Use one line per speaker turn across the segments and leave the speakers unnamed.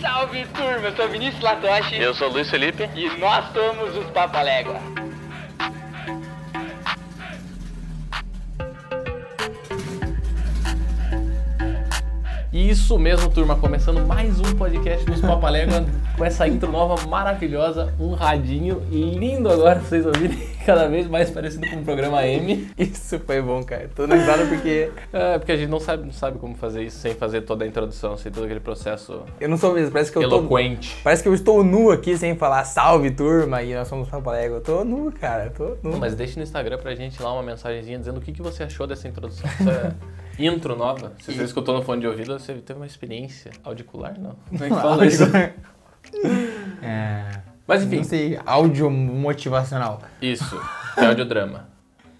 Salve turma, eu sou Vinícius Latoche
Eu sou Luiz Felipe.
e nós somos os Papalégua.
Isso mesmo, turma, começando mais um podcast dos Papalégua com essa intro nova maravilhosa, um radinho lindo agora pra vocês ouvirem, cada vez mais parecido com o programa M.
Isso foi bom, cara. Tô na risada porque
É, porque a gente não sabe, não sabe como fazer isso sem fazer toda a introdução, sem todo aquele processo
eu não sou mesmo. Parece que eu
eloquente.
tô. Parece que eu estou nu aqui sem falar salve turma e nós somos Papa Légua. Eu tô nu, cara. eu Tô nu.
Não, Mas deixe no Instagram pra gente lá uma mensagenzinha dizendo o que, que você achou dessa introdução, essa intro nova. Se você escutou no fone de ouvido, você teve uma experiência audicular, não? Como é que fala isso?
É,
Mas enfim,
Não sei, áudio motivacional.
Isso, é audiodrama.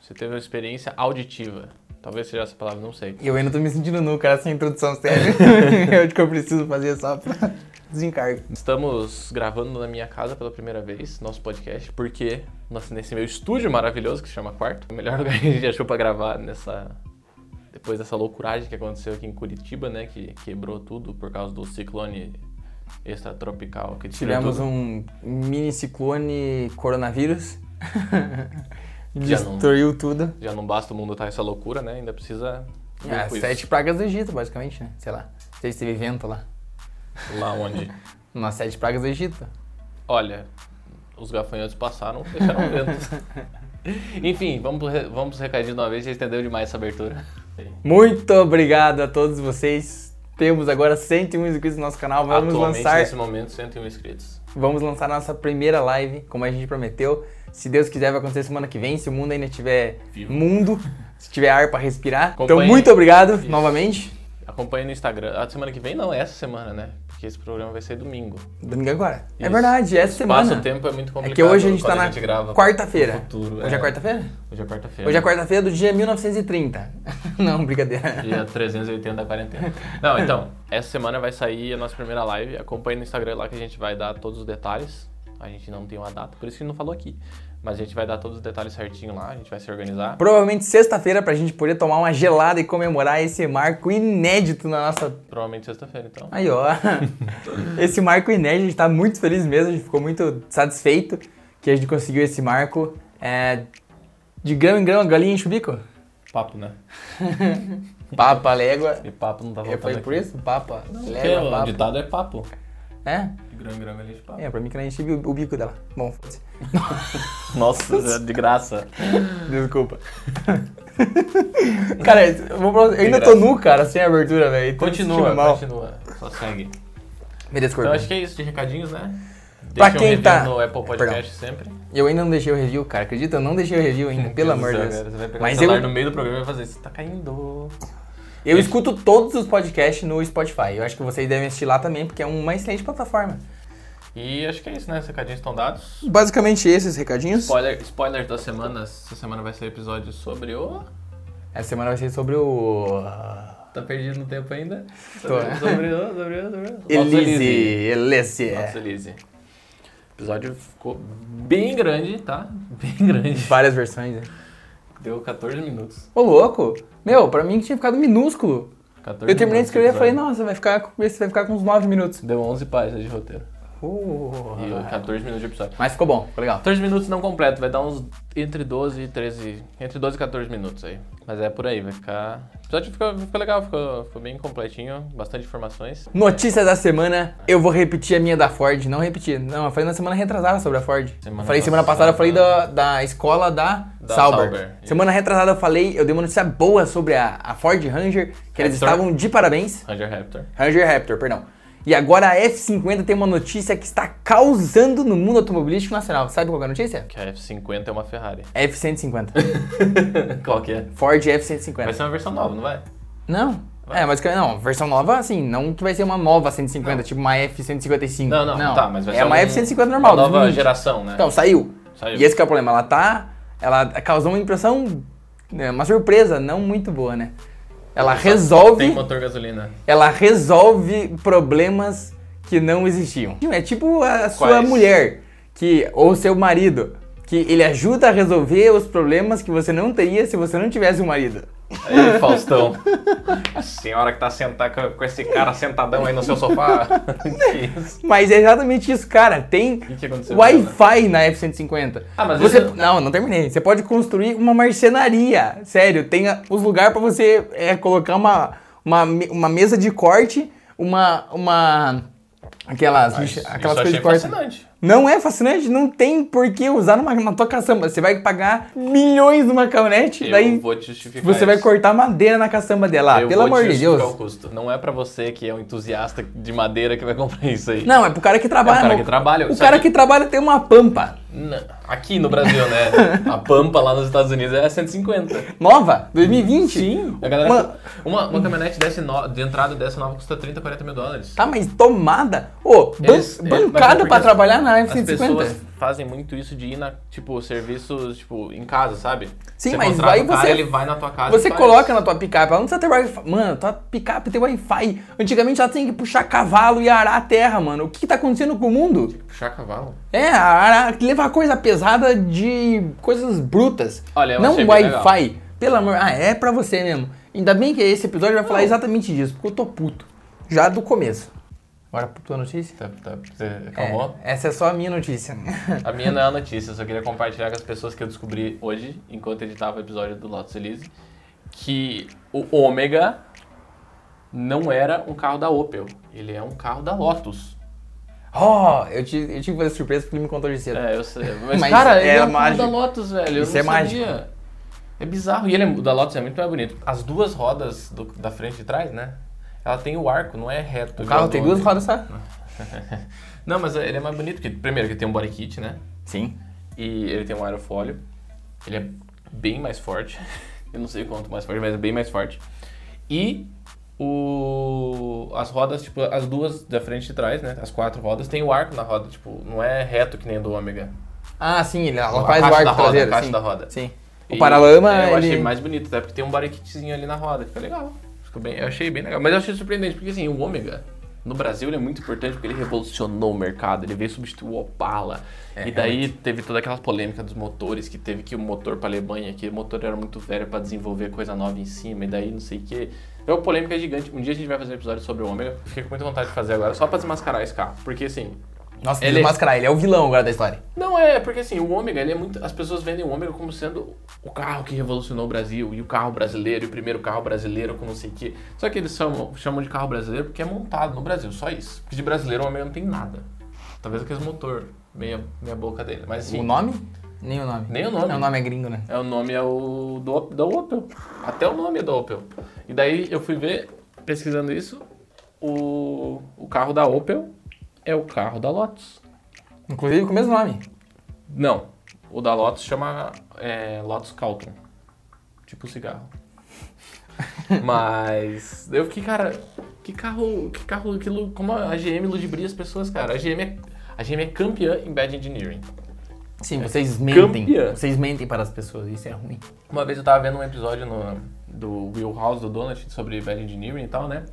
Você teve uma experiência auditiva. Talvez seja essa palavra, não sei.
Eu ainda tô me sentindo nu, cara, sem introdução séria. eu acho que eu preciso fazer só pra desencargo.
Estamos gravando na minha casa pela primeira vez, nosso podcast, porque nós- nesse meu estúdio maravilhoso que se chama Quarto, é o melhor lugar que a gente achou pra gravar nessa. Depois dessa loucuragem que aconteceu aqui em Curitiba, né? Que quebrou tudo por causa do ciclone extratropical que destruiu
Tivemos
tudo.
um mini ciclone coronavírus.
Já não-
Destruiu tudo.
Já não basta o mundo estar essa loucura, né? Ainda precisa. ver
Ah,
com isso.
sete pragas do Egito, basicamente, né? Sei lá. Não sei se teve vento lá.
Lá onde.
Nas sete pragas do Egito.
Olha, os gafanhotos passaram, deixaram vento. Enfim, vamos pro, re- vamos pro recadinho de uma vez, já estendeu demais essa abertura.
Muito obrigado a todos vocês. Temos agora 101 inscritos no nosso canal. Vamos
Atualmente, né?
lançar,
nesse momento, 101 inscritos.
vamos lançar nossa primeira live, como a gente prometeu. Se Deus quiser, vai acontecer semana que vem. Se o mundo ainda tiver
Vivo.
mundo, se tiver ar para respirar. Então,
Acompanhe.
muito obrigado
Isso.
novamente.
Acompanhe no Instagram. A semana que vem não, é essa semana, né? Porque esse programa vai ser domingo.
Domingo agora. É
Isso.
verdade, essa
Passa
semana.
o tempo, é muito
É
complicado.
que hoje a gente tá
quando
na
grava.
quarta-feira.
pro futuro,
Hoje é,
é.
quarta-feira?
Hoje é quarta-feira.
Hoje é quarta-feira do dia 1930. Não, brincadeira.
Dia 380 da quarentena. Não, então, essa semana vai sair a nossa primeira live. Acompanhe no Instagram lá que a gente vai dar todos os detalhes. A gente não tem uma data, por isso que não falou aqui. Mas a gente vai dar todos os detalhes certinho lá, a gente vai se organizar.
Provavelmente sexta-feira pra gente poder tomar uma gelada e comemorar esse marco inédito na nossa
Provavelmente sexta-feira, então.
Aí, ó. esse marco inédito, a gente tá muito feliz mesmo, a gente ficou muito satisfeito que a gente conseguiu esse marco. É, de grão em grão, a galinha enche o bico?
Papo, né?
Papa, légua.
E papo não tá
É,
voltando
foi por
aqui.
isso? Papa,
Porque
légua,
o
papa.
ditado é papo.
É?
De grão em grão galinha de papo.
É, pra mim que ela enche o o bico dela. Bom, foda-se. é
Nossa, de graça. Hum.
desculpa. cara, eu, vou pra- eu ainda tô
graça.
nu, cara, sem abertura, velho. Tô me
Continua,
sentindo mal.
continua. Só segue.
Me desculpa.
Então acho que é isso de recadinhos, né?
Pra
Deixa um
quem
review
tá-
no Apple Podcast sempre.
Eu ainda não deixei o review, cara. Acredita? Eu não deixei o review ainda, pelo amor de
Deus do
Deus.
céu, cara, Você vai pegar o
Mas eu,
celular no meio do programa e vai fazer isso. Tá caindo.
Eu escuto todos os podcasts no Spotify. Eu acho que vocês devem assistir lá também, porque é uma excelente plataforma.
E acho que é isso, né? Os recadinhos estão dados.
Basicamente esses recadinhos.
Spoiler, spoiler da semana. Essa semana vai ser episódio sobre o...
Essa semana vai ser sobre o...
Tá perdido no tempo ainda?
Tô.
Sobre, sobre o... Sobre o... Sobre o...
Elise. É. Elise.
Nossa, Elise. O episódio ficou bem grande, tá? Bem grande.
Várias versões. né?
Deu 14 minutos.
Ô, louco! Meu, pra mim que tinha ficado minúsculo.
14
Eu terminei de
minutos
escrever e falei,
episódio.
nossa, vai ficar, com- esse vai ficar com uns 9 minutos.
Deu 11 páginas de roteiro. E
Uh.
14 minutos de episódio.
Mas ficou bom, ficou legal.
14 minutos não completo, vai dar uns entre 12 e 13. Entre 12 e 14 minutos aí. Mas é por aí, vai ficar. O episódio ficou, ficou legal, ficou, ficou bem completinho, bastante informações.
Notícia da semana, eu vou repetir a minha da Ford. Não repetir, não, eu falei na semana retrasada sobre a Ford.
Semana
eu falei semana passada, eu falei da, da escola da,
Da
Sauber.
Sauber, isso.
Semana retrasada eu falei, eu dei uma notícia boa sobre a, a Ford Ranger, que eles
Raptor.
estavam de parabéns.
Ranger Raptor.
Ranger Raptor, perdão. E agora a F50 tem uma notícia que está causando no mundo automobilístico nacional. Sabe qual é a notícia?
Que a F50 é uma Ferrari.
F150.
Qual que é?
Ford
Vai
F150.
ser uma versão nova, não vai?
Não. É, mas que- não, versão nova, assim, não que vai ser uma nova 150, tipo uma F155.
Não, não, tá, mas vai
é
ser
uma
um-
F150 normal.
Uma nova
2020.
geração, né?
Então, saiu.
Saiu.
E esse que é o problema, ela tá. Ela causou uma impressão, né, uma surpresa não muito boa, né? Ela
Só Tem
resolve,
motor gasolina.
ela resolve problemas que não existiam. É tipo a sua
Quais?
mulher, que ou seu marido, que ele ajuda a resolver os problemas que você não teria se você não tivesse um marido.
Ei, Faustão. A senhora que tá sentada com, com esse cara sentadão aí no seu sofá. que isso?
Mas é exatamente isso, cara. Tem
O que aconteceu? né?
Wi-Fi na F-150.
Ah, mas
você...
isso-
Não, não terminei. Você pode construir uma marcenaria. Sério, tem a- os lugares pra você é, colocar uma, uma, me- uma mesa de corte, uma. uma aquelas
Ah, isso-
aquelas
isso
coisas
achei
de corte.
fascinante.
Não é fascinante? Não tem por que usar numa, na tua caçamba. Você vai pagar milhões numa caminhonete,
Eu
daí
vou te justificar
você vai
isso.
cortar madeira na caçamba dela. Ah,
Eu
pelo
vou te
amor de
justificar
Deus.
o custo. Não é pra você que é um entusiasta de madeira que vai comprar isso aí.
Não, é pro cara que trabalha.
É o cara
no-
que trabalha,
O
só
cara
que-
que trabalha tem uma pampa.
Não. Aqui no Brasil, né? A pampa lá nos Estados Unidos é 150.
Nova? 2020? Sim.
A galera,
tá,
uma, uma caminhonete dessa no- de entrada dessa nova custa 30, 40 mil dólares.
Tá, mas tomada? Ô, ban-
Eles- é, mas é
bancada
porque
pra
as-
trabalhar na
As pessoas
F-150.
fazem muito isso de ir na, tipo, serviços, tipo, em casa, sabe?
Sim,
você
mas
contrata
vai
o cara,
você-
ele vai na tua casa.
Você coloca na tua picape, ela não precisa ter Wi-Fi. Mano, tua picape tem Wi-Fi. Antigamente ela tinha que puxar cavalo e arar a terra, mano. O que, que tá acontecendo com o mundo?
Puxar cavalo.
É, arar, levar coisa pesada de coisas brutas.
Olha, eu
não
achei bem
Wi-Fi. Pelo amor. Ah, é pra você mesmo. Ainda bem que esse episódio vai falar exatamente disso, porque eu tô puto. Já do começo. Bora pra tua notícia?
Tá, tá, você acalmou?
É, essa é só a minha notícia.
A minha não é a notícia, eu só queria compartilhar com as pessoas que eu descobri hoje, enquanto editava o episódio do Lotus Elise, que o Ômega não era um carro da Opel, ele é um carro da Lotus.
Oh, eu te, eu tive que fazer surpresa porque ele me contou de cedo.
É, eu sei. Mas,
Mas
cara, ele
era
é um carro
mágico.
da Lotus, velho. Eu
Isso
não
é mágico.
sabia. É bizarro. E ele é, o da Lotus é muito mais bonito. As duas rodas do- da frente e de trás, né? Ela tem o arco, não é reto.
O carro tem duas rodas só?
Ah, Não, mas ele é mais bonito, porque primeiro que ele tem um body kit, né?
Sim.
E ele tem um aerofólio. Ele é bem mais forte. Eu não sei quanto mais forte, mas é bem mais forte. E o as rodas, tipo, as duas da frente e de trás, né? As quatro rodas tem o arco na roda, tipo, não é reto que nem do Ômega.
Ah, sim, ele, ela
A
faz o
caixa
arco
da roda,
traseiro.
a caixa
sim.
da roda.
Sim. O
E,
paralama,
é, eu
ele...
achei mais bonito, até porque tem um bariquitezinho ali na roda, fica legal. Ficou bem, eu achei bem legal. Mas eu achei surpreendente, porque assim, o ômega no Brasil ele é muito importante porque ele revolucionou o mercado, ele veio substituir o Opala.
É,
e daí teve toda aquela polêmica dos motores, que teve que o motor para Alemanha, que o motor era muito velho para desenvolver coisa nova em cima, e daí não sei o que. É uma polêmica gigante. Um dia a gente vai fazer um episódio sobre o ômega. Fiquei com muita vontade de fazer agora, só para desmascarar esse carro. Porque assim,
Nossa,
ele-
ele... desmascarar, ele é o vilão agora da história.
não, é, porque assim, o ômega, ele é muito. As pessoas vendem o ômega como sendo o carro que revolucionou o Brasil, e o carro brasileiro, e o primeiro carro brasileiro, com não sei o quê. Só que eles chamam, chamam de carro brasileiro porque é montado no Brasil, só isso. Porque de brasileiro o ômega não tem nada. Talvez aquele motor, meia, meia boca dele. Mas assim,
O nome? Nem o nome.
Nem o nome.
É, o nome é gringo, né?
é o nome é o do, Op- da Opel. Até o nome é da Opel. E daí eu fui ver, pesquisando isso, o, o carro da Opel é o carro da Lotus.
Inclusive com o mesmo nome.
Não. O da Lotus chama é, Lotus Calton. Tipo cigarro. Mas eu fiquei, cara, que carro, que carro, que, lu- como a GM ludibria as pessoas, cara. A GM é, a GM é campeã em bad engineering.
Sim, vocês mentem.
Campeã.
Vocês mentem para as pessoas, isso é ruim.
Uma vez eu tava vendo um episódio no- do Will House, do Donut, sobre bad engineering e tal, né?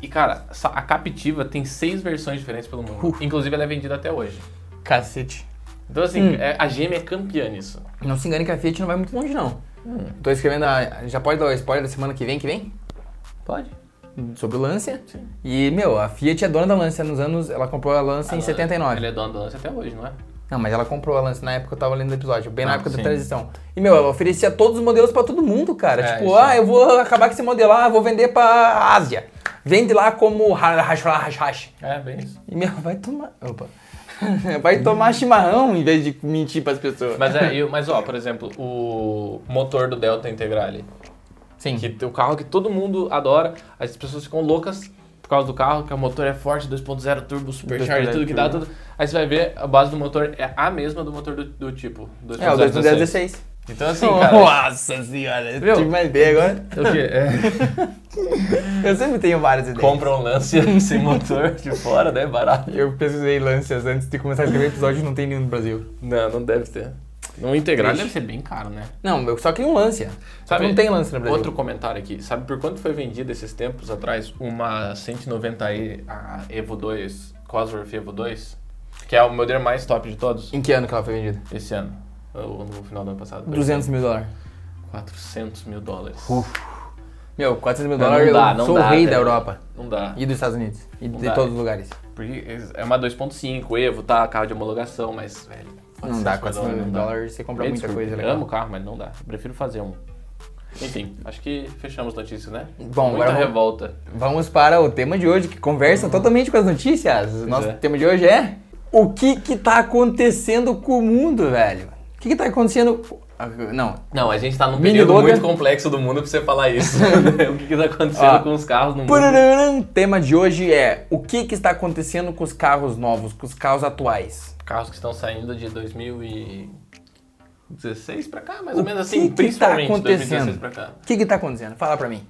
E, cara, essa- a Captiva tem seis versões diferentes pelo mundo. Inclusive, ela é vendida até hoje.
Cacete.
Então, assim, é- a GM é campeã nisso.
Não se engane que a Fiat não vai muito longe, não.
Hum.
Tô escrevendo a... Já pode dar o spoiler da semana que vem, que vem?
Pode.
Sobre o Lancia. E, meu, a Fiat é dona da Lancia nos anos... Ela comprou a Lancia em 79.
Ele é dono do lance até hoje, não é?
Não, mas ela comprou a Lance na época que eu tava lendo o episódio, bem na
Ah,
época
sim.
da transição. E, meu, ela oferecia todos os modelos pra todo mundo, cara.
É,
tipo,
isso
ah,
é.
eu vou acabar com esse modelo lá, vou vender pra Ásia. Vende lá como hash
É, bem isso.
E, meu, vai tomar... Opa. vai tomar chimarrão em vez de mentir pras pessoas.
Mas, é, eu- mas ó, por exemplo, o motor do Delta Integrale,
Sim.
que é o carro que todo mundo adora, as pessoas ficam loucas por causa do carro, que o motor é forte, 2.0 turbo, supercharged,
2.0
tudo que dá,
turbo.
tudo. Aí você vai ver, a base do motor é a mesma do motor do, do tipo,
É, o
2016.
2016.
Então assim, cara,
Nossa senhora, eu
Viu?
tive uma ideia agora.
o quê? É,
Eu sempre tenho várias ideias.
compra um Lancia sem motor de fora, né? Barato.
Eu pesquisei Lancias antes de começar a escrever o episódio não tem nenhum no Brasil.
Não, não deve ter. Um integral
Triste.
deve ser bem caro, né?
Não, eu só queria um Lancia.
Sabe,
não tem Lancia no Brasil.
Outro comentário aqui. Sabe por quanto foi vendida esses tempos atrás uma 190i a Evo 2, Cosworth Evo 2? Que é o modelo mais top de todos
Em que ano que ela foi vendida?
esse ano. Ou no final do ano passado.
200 mil dólares.
400 mil dólares.
Meu, 400 mil
Não,
dólares,
não dá,
eu
não
sou
dá,
o rei da
velho.
Europa.
Não dá.
E dos Estados Unidos. E de
dá.
todos os lugares.
Porque é uma 2.5 Evo, tá? Carro de homologação, mas, velho.
Não dá, 400 mil dólares, você compra
Me
muita
desculpe,
coisa né,
eu
legal.
amo o carro, mas não dá. Eu prefiro fazer um. Enfim, acho que fechamos notícias, né?
Bom,
Muita
agora vamos-
revolta.
Vamos para o tema de hoje, que conversa totalmente com as notícias. O nosso
Uhum. é.
tema de hoje é o que que tá acontecendo com o mundo, velho? O que que tá acontecendo... Ah, Não,
Não, a gente tá num
Mini
período
Logan.
muito complexo do mundo pra você falar isso. o que que tá acontecendo
Ó.
com os carros no mundo?
Pararam! Tema de hoje é o que, que está acontecendo com os carros novos, com os carros atuais.
Carros que estão saindo de 2016 pra cá, mais
O
ou menos
que
assim,
que tá
principalmente
acontecendo?
2016 pra cá.
O que está acontecendo? Fala pra mim.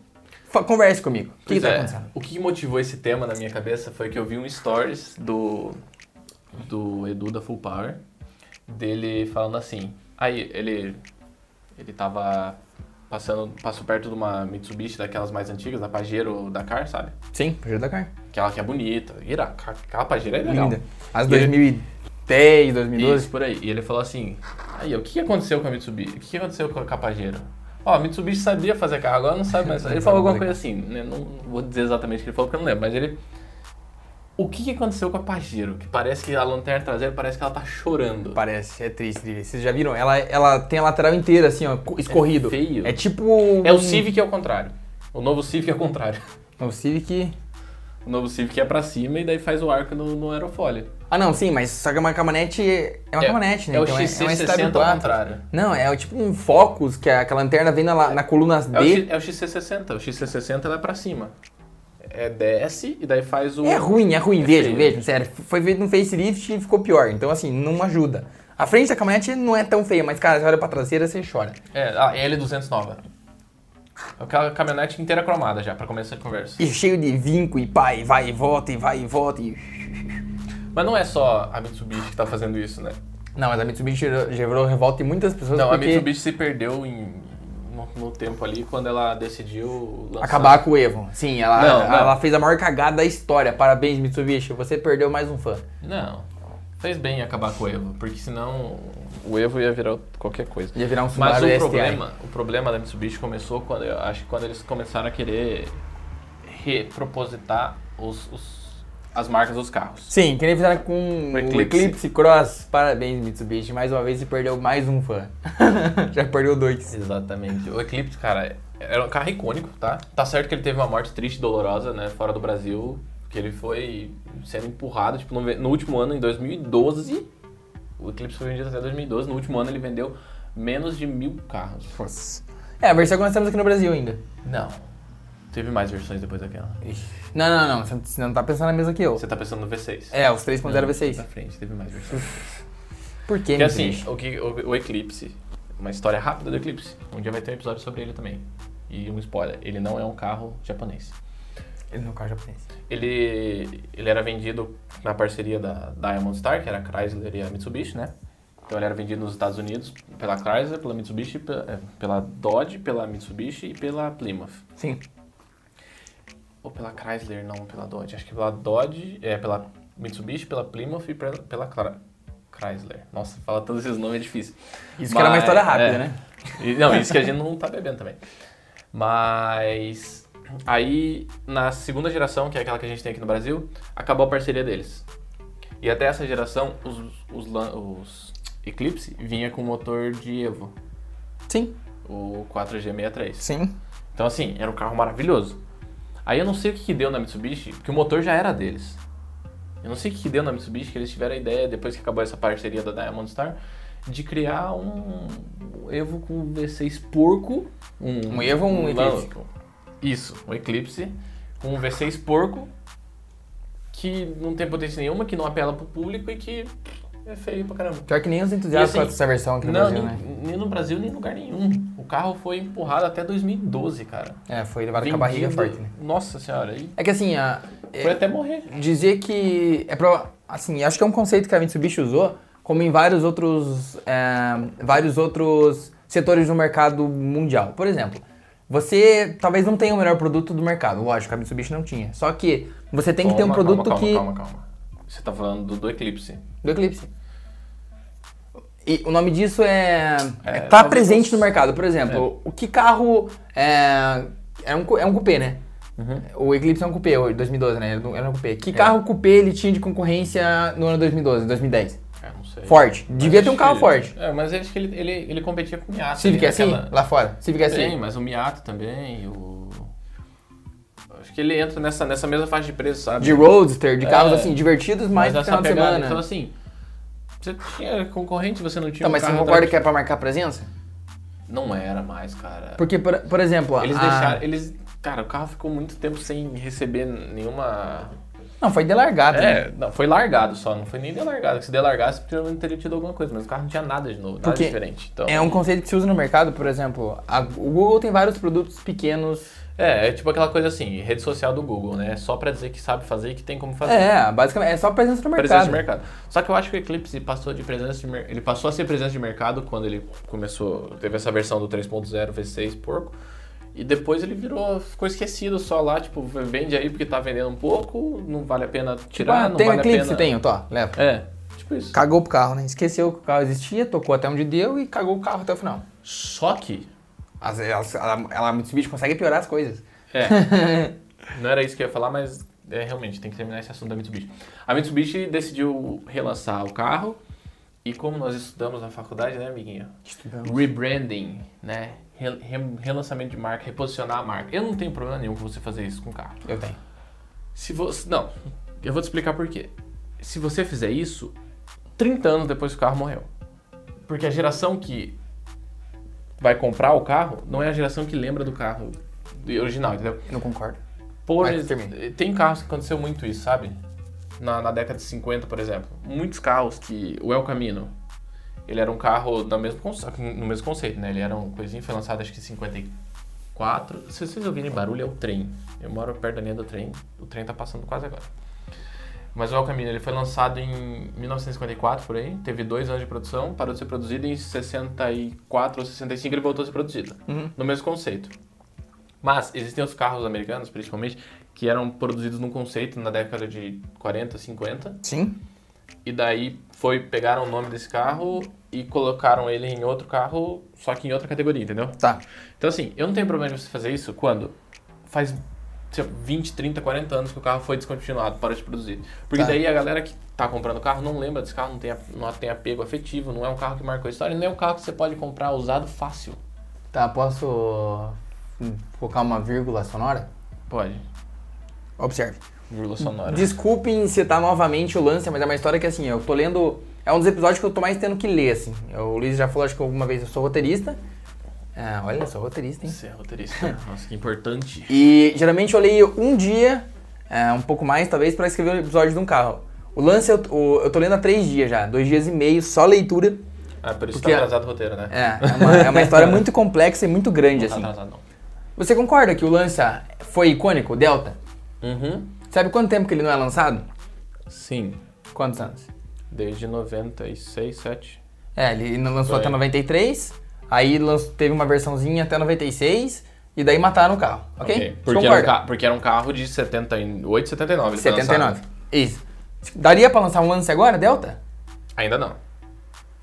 Fa- converse comigo. O que
Pois
está
é,
acontecendo?
O que motivou esse tema na minha cabeça foi que eu vi um stories do, do Edu da Full Power, dele falando assim. Aí ele ele tava passando passou perto de uma Mitsubishi daquelas mais antigas, da Pajero Dakar, sabe?
Sim, Peugeot Dakar.
Aquela que é bonita. Ira, aquela- aquela Pajero é legal.
Linda. As
E ele-
2010,
Isso,
2012.
por aí. E ele falou assim: aí, o que aconteceu com a Mitsubishi? O que aconteceu com a Capageiro? Ó, a Mitsubishi sabia fazer carro, agora não sabe mais. fazer." Ele falou alguma coisa assim, né? Não vou dizer exatamente o que ele falou porque eu não lembro, mas ele. O que que aconteceu com a Pajero? Que parece que a lanterna traseira parece que ela tá chorando.
Parece, é triste. de ver. Vocês já viram? Ela, ela tem a lateral inteira, assim, ó, co- escorrido.
feio.
É tipo.
É o
um-
Civic é o contrário. O novo Civic é o contrário.
É o Civic.
O novo Civic é pra cima e daí faz o arco no, no aerofólio.
Ah, não, sim, mas só que é uma caminhonete. É uma
É-
caminhonete, né?
é o
então é, é uma
XC60
Style
ao
4.
contrário.
Não, é o tipo um Focus, que a, que a lanterna vem na, la- na coluna D.
É o, X- é o XC60. O XC60 ela é pra cima. É desce e daí faz o.
É ruim, é ruim, vejam,
feio.
vejam, sério. Foi feito no facelift e ficou pior. Então, assim, não ajuda. A frente da caminhonete não é tão feia, mas, cara, você olha pra traseira, você chora.
É, a L200 nova. Aquela É caminhonete inteira cromada já, pra começar de conversa.
E cheio de vinco e pá, e vai e volta, e vai e volta. E...
Mas não é só a Mitsubishi que tá fazendo isso, né?
Não, mas a Mitsubishi gerou, gerou revolta em muitas pessoas
Não, a
porque
Mitsubishi se perdeu em, no, no tempo ali quando ela decidiu lançar.
acabar com o Evo. Sim, ela,
Não, não.
ela fez a maior cagada da história. Parabéns, Mitsubishi, você perdeu mais um fã.
Não. Fez bem em acabar com o Evo, porque senão o Evo ia virar qualquer coisa.
Ia virar um
Mas
Subaru
o
STI.
problema, o problema da Mitsubishi começou quando eu acho que quando eles começaram a querer repropositar os- os- as marcas dos carros.
Sim, que nem fizeram com o
O
Eclipse.
Um Eclipse.
Cross. Parabéns, Mitsubishi. Mais uma vez você perdeu mais um fã. Já perdeu dois.
Exatamente. O Eclipse, cara, era um carro icônico, tá? Tá certo que ele teve uma morte triste e dolorosa, né? Fora do Brasil. Que ele foi sendo empurrado, tipo, no, ve- no último ano, em 2012. O Eclipse foi vendido até 2012. No último ano ele vendeu menos de mil carros.
É, a versão que nós temos aqui no Brasil ainda.
Não. Teve mais versões depois daquela.
Não, não, não. Você não- Você não tá pensando na mesma que eu.
Você tá pensando no V6.
É, os 3.0
Pra
V6.
frente, teve mais versões.
Por que,
Porque
Mitsubishi?
assim, o, que, o, o Eclipse, uma história rápida do Eclipse. Um dia vai ter um episódio sobre ele também. E um spoiler, ele não é um carro japonês.
Ele não carro japonês.
ele, ele era vendido na parceria da Diamond Star, que era a Chrysler e a Mitsubishi, né? Então ele era vendido nos Estados Unidos pela Chrysler, pela Mitsubishi, pela, é, pela Dodge, pela Mitsubishi e pela Plymouth.
Sim.
Ou pela Chrysler, não, pela Dodge. Acho que pela Dodge, é, pela Mitsubishi, pela Plymouth e pela, pela Cra- Chrysler. Nossa, falar todos esses nomes é difícil.
Isso que era uma
Mas-
história rápida,
é.
né?
E- Não, isso que a gente não tá bebendo também. Mas aí, na segunda geração, que é aquela que a gente tem aqui no Brasil, acabou a parceria deles. E até essa geração, os, os, lan- os Eclipse vinha com motor de Evo,
Sim,
o 4G63.
sim.
Então assim, era um carro maravilhoso. Aí eu não sei o que, que deu na Mitsubishi, porque o motor já era deles. Eu não sei o que, que deu na Mitsubishi, que eles tiveram a ideia, depois que acabou essa parceria da Diamond Star, de criar um Evo com V6 porco.
Um Evo ou um Eclipse?
lan- Isso, um Eclipse com um V6 porco que não tem potência nenhuma, que não apela pro público e que é feio pra caramba.
Pior que nem os entusiastas
E assim,
com essa versão aqui no
Não,
Brasil,
nem,
né?
nem no Brasil, nem em lugar nenhum. O carro foi empurrado até 2012, cara.
É, foi levado com a barriga
Vendido.
forte, né?
Nossa senhora, e
É que assim, a...
foi até morrer.
dizer que é pra, assim acho que é um conceito que a Mitsubishi usou como em vários outros é, vários outros setores do mercado mundial por exemplo você talvez não tenha o melhor produto do mercado lógico a Mitsubishi não tinha só que você tem que ter um produto
calma,
que
É, Calma, calma, calma. Você tá falando do, do Eclipse.
do Eclipse E o nome disso é. é tá
talvez
presente
fosse-
no mercado. Por exemplo, o que carro. É, é, um, cu- é um coupé, né? O Eclipse é um coupé, o 2012, né? Era um- Era um coupé. Que carro coupé ele tinha de concorrência no ano 2012, 2010?
É, não sei.
Forte. Devia ter um
Acho
carro
que-
forte.
É, mas acho que ele, ele, ele competia com o Miata.
Civic é
né,
assim?
naquela-
Lá fora. Civic é
Tem,
assim.
mas o Miata também, o... Acho que ele entra nessa, nessa mesma faixa de preço, sabe?
De roadster, de carros
É.
assim, divertidos,
mas
mas no
essa
final de
pegada.
semana.
Então, assim, você tinha concorrente, você não tinha
Então,
um
mas você
carro
não concorda
atrativo.
que é pra marcar presença?
Não era mais, cara.
Porque, Ah. por, por exemplo,
Eles
a-
deixaram... Eles... Cara, o carro ficou muito tempo sem receber nenhuma...
Não, foi de largada. né?
É, não, foi largado só, não foi nem delargado. Se delargasse, provavelmente teria tido alguma coisa, mas o carro não tinha nada de novo, nada
Porque
diferente. Então,
É um conceito que se usa no mercado, por exemplo. a- o Google tem vários produtos pequenos.
é, é tipo aquela coisa assim, rede social do Google, né? Só pra dizer que sabe fazer e que tem como fazer.
É, basicamente, é só presença no mercado.
Presença de mercado. Só que eu acho que o Eclipse passou de presença de mer... ele passou a ser presença de mercado quando ele começou, teve essa versão do 3.0 V6 porco. E depois ele virou, ficou esquecido só lá, tipo, vende aí porque tá vendendo um pouco, não vale a pena tirar,
Ah,
não
tem
vale
o Eclipse,
a pena.
tem, tô, leva.
É, tipo isso.
Cagou pro carro, né? Esqueceu que o carro existia, tocou até onde deu e cagou o carro até o final.
Só que
As, elas- ela, ela, Mitsubishi consegue piorar as coisas.
É. Não era isso que eu ia falar, mas é, realmente tem que terminar esse assunto da Mitsubishi. A Mitsubishi decidiu relançar o carro e como nós estudamos na faculdade, né, amiguinha?
Estudamos.
Rebranding, né? Re- re- relançamento de marca, reposicionar a marca. Eu não tenho problema nenhum com você fazer isso com o carro.
Eu tenho.
Se você. Não, eu vou te explicar por quê. Se você fizer isso, 30 anos depois que o carro morreu. Porque a geração que vai comprar o carro não é a geração que lembra do carro original, entendeu?
Eu não concordo.
Por
Mas
ex-
termina.
tem carros que aconteceu muito isso, sabe? Na, na década de 50, por exemplo. Muitos carros que. O El Camino. Ele era um carro da mesmo conce- no mesmo conceito, né? Ele era um coisinho, foi lançado acho que em 54. Se vocês ouvirem barulho, é o trem. Eu moro perto da linha do trem. O trem tá passando quase agora. Mas o El Camino, ele foi lançado em 1954, por aí. Teve dois anos de produção. Parou de ser produzido e em 64 ou 65 ele voltou a ser produzido. No mesmo conceito. Mas existem os carros americanos, principalmente, que eram produzidos num conceito na década de 40, 50,
Sim?
e daí foi pegaram o nome desse carro e colocaram ele em outro carro, só que em outra categoria, entendeu?
Tá.
Então assim, eu não tenho problema de você fazer isso quando faz sei lá, 20, 30, 40 anos que o carro foi descontinuado, parou de produzir. Porque
Tá.
daí a galera que tá comprando o carro não lembra desse carro, não tem, a- não tem apego afetivo, não é um carro que marcou a história, nem é um carro que você pode comprar usado fácil.
Tá, posso hum, colocar uma vírgula sonora?
Pode.
Observe.
Vírgula
É.
sonora.
Desculpem citar novamente o lance, mas é uma história que assim, eu tô lendo. É um dos episódios que eu tô mais tendo que ler, assim. Eu- O Luiz já falou, acho que alguma vez eu sou roteirista. Ah, olha, eu sou roteirista, hein?
Você é roteirista. Nossa, que importante.
E geralmente eu leio um dia, é, um pouco mais talvez, pra escrever um episódio de um carro. O lance eu, o- eu tô lendo há três dias já, dois dias e meio, só leitura.
Ah, por isso
Porque-
tá atrasado o roteiro, né?
É, é uma, é uma história muito complexa e muito grande,
Não
assim.
tá atrasado, não.
Você concorda que o lance ah, foi icônico, o Delta?
Uhum.
Sabe quanto tempo que ele não é lançado?
Sim.
Quantos anos?
Desde 96, 7.
É, ele não lançou
Foi.
até 93, aí lanç- teve uma versãozinha até 96, e daí mataram o carro, ok? Você
Porque, era um,
concorda?
ca- porque era um carro de 78, 79. ele foi
79.
lançado.
Isso. Daria pra lançar um lance agora, Delta?
Ainda não.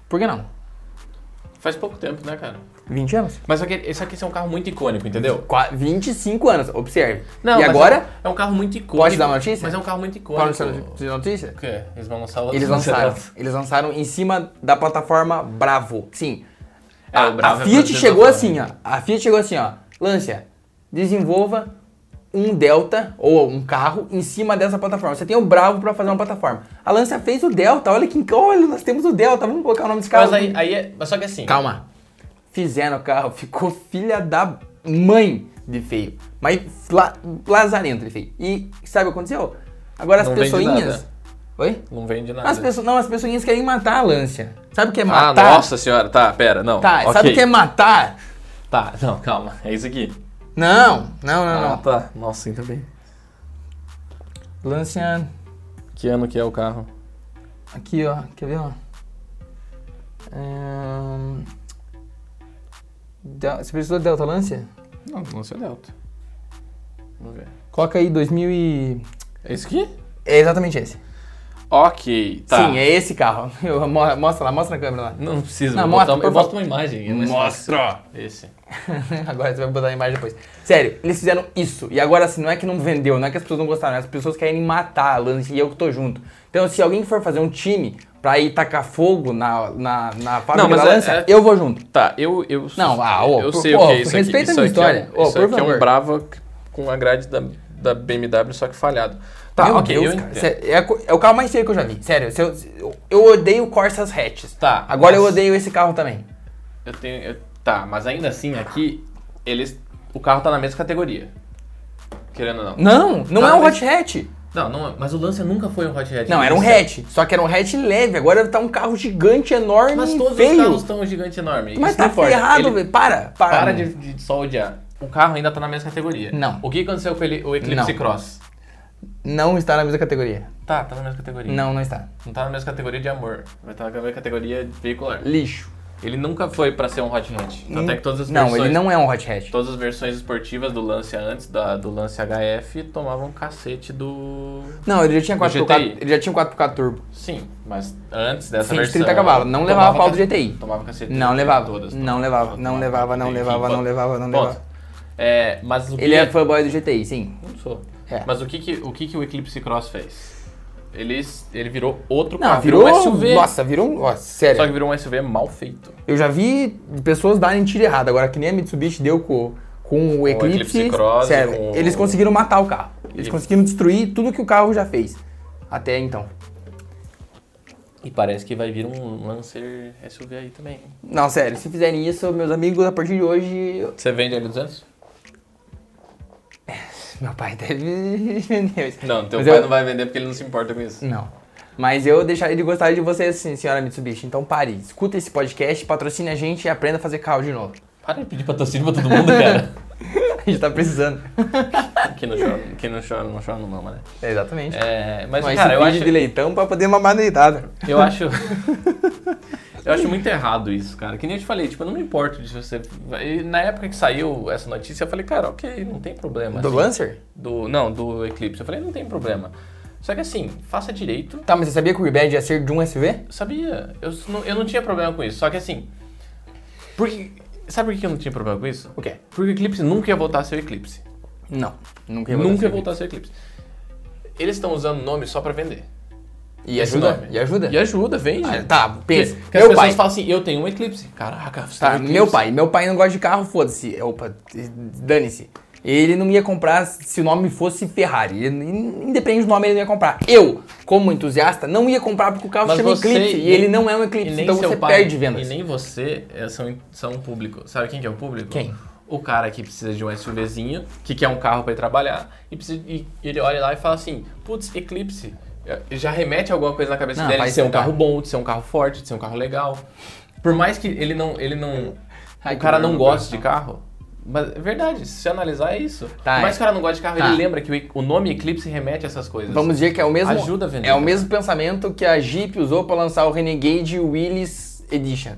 Por que não?
Faz pouco tempo, né, cara?
20 anos?
Mas só que esse aqui é um carro muito icônico, entendeu?
Qua- 25 anos, observe. e
mas
agora,
É um carro muito icônico.
Pode dar uma notícia?
Mas é um carro muito
qual é
icônico.
a notícia?
é O quê? Eles vão lançar outro
Eles lançaram. Eles lançaram em cima da plataforma Bravo. Sim.
É,
a,
o Bravo
a
é
Fiat
produzido
chegou
na
assim, ó. A Fiat chegou assim, ó. Lancia, desenvolva um Delta ou um carro em cima dessa plataforma. Você tem o Bravo pra fazer uma plataforma. A Lancia fez o Delta. Olha que olha, nós temos o Delta. Vamos colocar o nome desse carro.
Mas aí, aí é... Mas só que assim...
um- Calma. Fizeram o carro, ficou filha da mãe de feio. Mas la, lazarento de feio. E sabe o que aconteceu? Agora as
Não vende
pessoinhas.
nada.
Oi?
Não vende nada.
As pessoas, não, as pessoinhas querem matar a Lancia. Sabe o que é
Ah,
matar?
nossa senhora. Tá, pera, não.
Tá, sabe
ok.
o que é matar?
Tá, não, calma. É isso aqui.
Não, não, não, não.
tá. Nossa, ainda bem.
Lancia
Que ano que é o carro?
é aqui, ó. Quer ver, ó? Ahn, Del- Você precisou do Delta Lancia?
Não, é lançou Delta. Vamos ver.
Coloca aí 2000 e...
É isso aqui?
É exatamente esse.
Ok, tá.
Sim, é esse carro. Eu- mo- mostra lá, mostra na câmera lá.
Não, não precisa,
Não,
vou botar
mostra,
uma-
por
eu boto
favor.
uma imagem. é mais
Mostra.
fácil. Esse.
agora você vai botar a imagem depois. Sério, eles fizeram isso. E agora, assim, não é que não vendeu, não é que as pessoas não gostaram, é que as pessoas querem matar a Lance e eu que tô junto. Então, se alguém for fazer um time pra ir tacar fogo na, na, na fábrica
Não, mas
da
é-
Lancia,
é-
eu vou junto.
Tá, eu. eu
Não, ah, ô,
eu
por-
sei o
ô,
que é isso aqui.
respeita a
isso
minha
aqui é um-
história. Ô,
isso
por
aqui é um
favor.
Brava c- com a grade da, da BMW, só que falhado. Tá,
Meu
ok,
Deus,
eu
cara,
entendo.
sé- é, a co- é o carro mais feio que eu já vi. Sério, se eu, se- eu- eu odeio Corsas Hatches.
Tá,
Agora eu
mas-
odeio esse carro também.
Eu tenho. eu- tá, mas ainda assim aqui, eles. O carro tá na mesma categoria. Querendo ou não.
Não, não
Tá,
é um
mas-
Hot Hatch.
Não, não, é- mas o Lancer nunca foi um hot hatch.
Não, era um
Isso é-
hatch. Só que era um hatch leve. Agora tá um carro gigante, enorme,
Mas todos
feio.
os carros estão um gigante enorme.
Mas
Isso
tá
não importa.
ferrado,
Ele-
velho. Para, para.
Para
mano.
de, de só odiar. O carro ainda tá na mesma categoria.
Não.
O que aconteceu com ele, o Eclipse
Não.
Cross?
Não está na mesma categoria.
Tá, tá na mesma categoria.
Não, não está.
Não tá na mesma categoria de amor. Vai estar na mesma categoria de veicular.
Lixo.
Ele nunca foi pra ser um hot hatch. Tanto é que todas as
Hum. Não,
versões,
ele não é um hot hatch.
todas as versões esportivas do Lancia antes da, do Lancia HF tomavam cacete do
Não, ele já tinha 4x4.
GTI.
Ele já tinha um 4x4 turbo.
Sim, mas antes dessa
130
versão
cavalos. Não levava
tomava
pau do
cacete-
GTI.
Tomava cacete
Não
de
levava.
todas,
Não
tomava-
levava,
tomava-
não levava, não
Enfim,
levava, não
ponto.
levava, não
Ponto.
levava.
É, mas o que
Ele é fanboy do GTI, sim.
Não sou.
É.
Mas o que que, o que que o Eclipse Cross fez? Ele, ele virou outro
Não,
carro,
virou.
um SUV.
Nossa, virou um. Ó,
Só
sério.
que virou um SUV mal feito.
Eu já vi pessoas darem tiro errado. Agora, que nem a Mitsubishi deu com, com o Eclipse.
Eclipse Cross,
sério,
com-
eles conseguiram matar o carro. Eles
E-
conseguiram destruir tudo que o carro já fez. Até então.
E parece que vai vir um Lancer SUV aí também.
Não, sério, se fizerem isso, meus amigos, a partir de hoje.
Você vende L200?
Meu pai deve vender isso.
Não, teu
Mas
pai
eu-
não vai vender porque ele não se importa com isso.
Não. Mas eu deixaria de gostar de você assim, senhora Mitsubishi. Então pare, escuta esse podcast, patrocine a gente e aprenda a fazer carro de novo.
Para de pedir patrocínio pra todo mundo, cara.
A gente tá precisando.
Quem não chora, quem não chora, não chora não mama, né?
É, exatamente.
É, mas,
Mas
cara, eu acho,
de leitão pra poder mamar deitada.
eu acho... Eu acho muito errado isso, cara. Que nem eu te falei, tipo, eu não me importo de você... e na época que saiu essa notícia, eu falei, cara, ok, não tem problema.
Do
assim.
Lancer?
Do, não, do Eclipse. Eu falei, não tem problema. Só que assim, faça direito.
Tá, mas você sabia que o Rebad ia ser de um SUV?
Eu sabia. Eu s- não, eu não tinha problema com isso. Só que assim. Porque. Sabe por que eu não tinha problema com isso?
O quê?
Porque o Eclipse nunca ia voltar a ser o Eclipse.
Não. Nunca ia
nunca
voltar.
ia voltar a ser o Eclipse. Eles estão usando o nome só pra vender.
E
Esse
ajuda?
nome.
E ajuda?
E ajuda, vende.
É. Ah, tá,
Porque,
pensa.
porque as
Meu
pessoas
pai.
falam assim, eu tenho um Eclipse. Caraca, você
Tá,
tem um
meu
Eclipse.
pai. Meu pai não gosta de carro, foda-se. Opa, dane-se. Ele não ia comprar se o nome fosse Ferrari. Ele- Independente do nome, ele não ia comprar. Eu, como entusiasta, não ia comprar porque o carro
Mas
chama
você-
Eclipse. E
nem-
ele não é um
E
Eclipse,
nem
então
seu
você
pai,
perde vendas.
E nem você é, são, são um público. Sabe quem que é o público?
Quem?
O cara que precisa de um SUVzinho, que quer um carro pra ir trabalhar, e, precisa- e ele olha lá e fala assim, putz, Eclipse. É, Já remete alguma coisa na cabeça
Não,
dele
vai
de ser um
sentar.
carro bom, de ser um carro forte, de ser um carro legal. Por mais que ele não. Ele não
Ai,
o
que
cara
dor
não
no
goste de carro. Mas é verdade, se você analisar é isso.
Tá,
Por mais
é.
que o cara não goste de carro,
Tá.
ele lembra que o e- o nome Eclipse remete a essas coisas.
Vamos dizer que é o mesmo.
Ajuda a vender.
É o mesmo pensamento que a Jeep usou pra lançar o Renegade Willys Edition.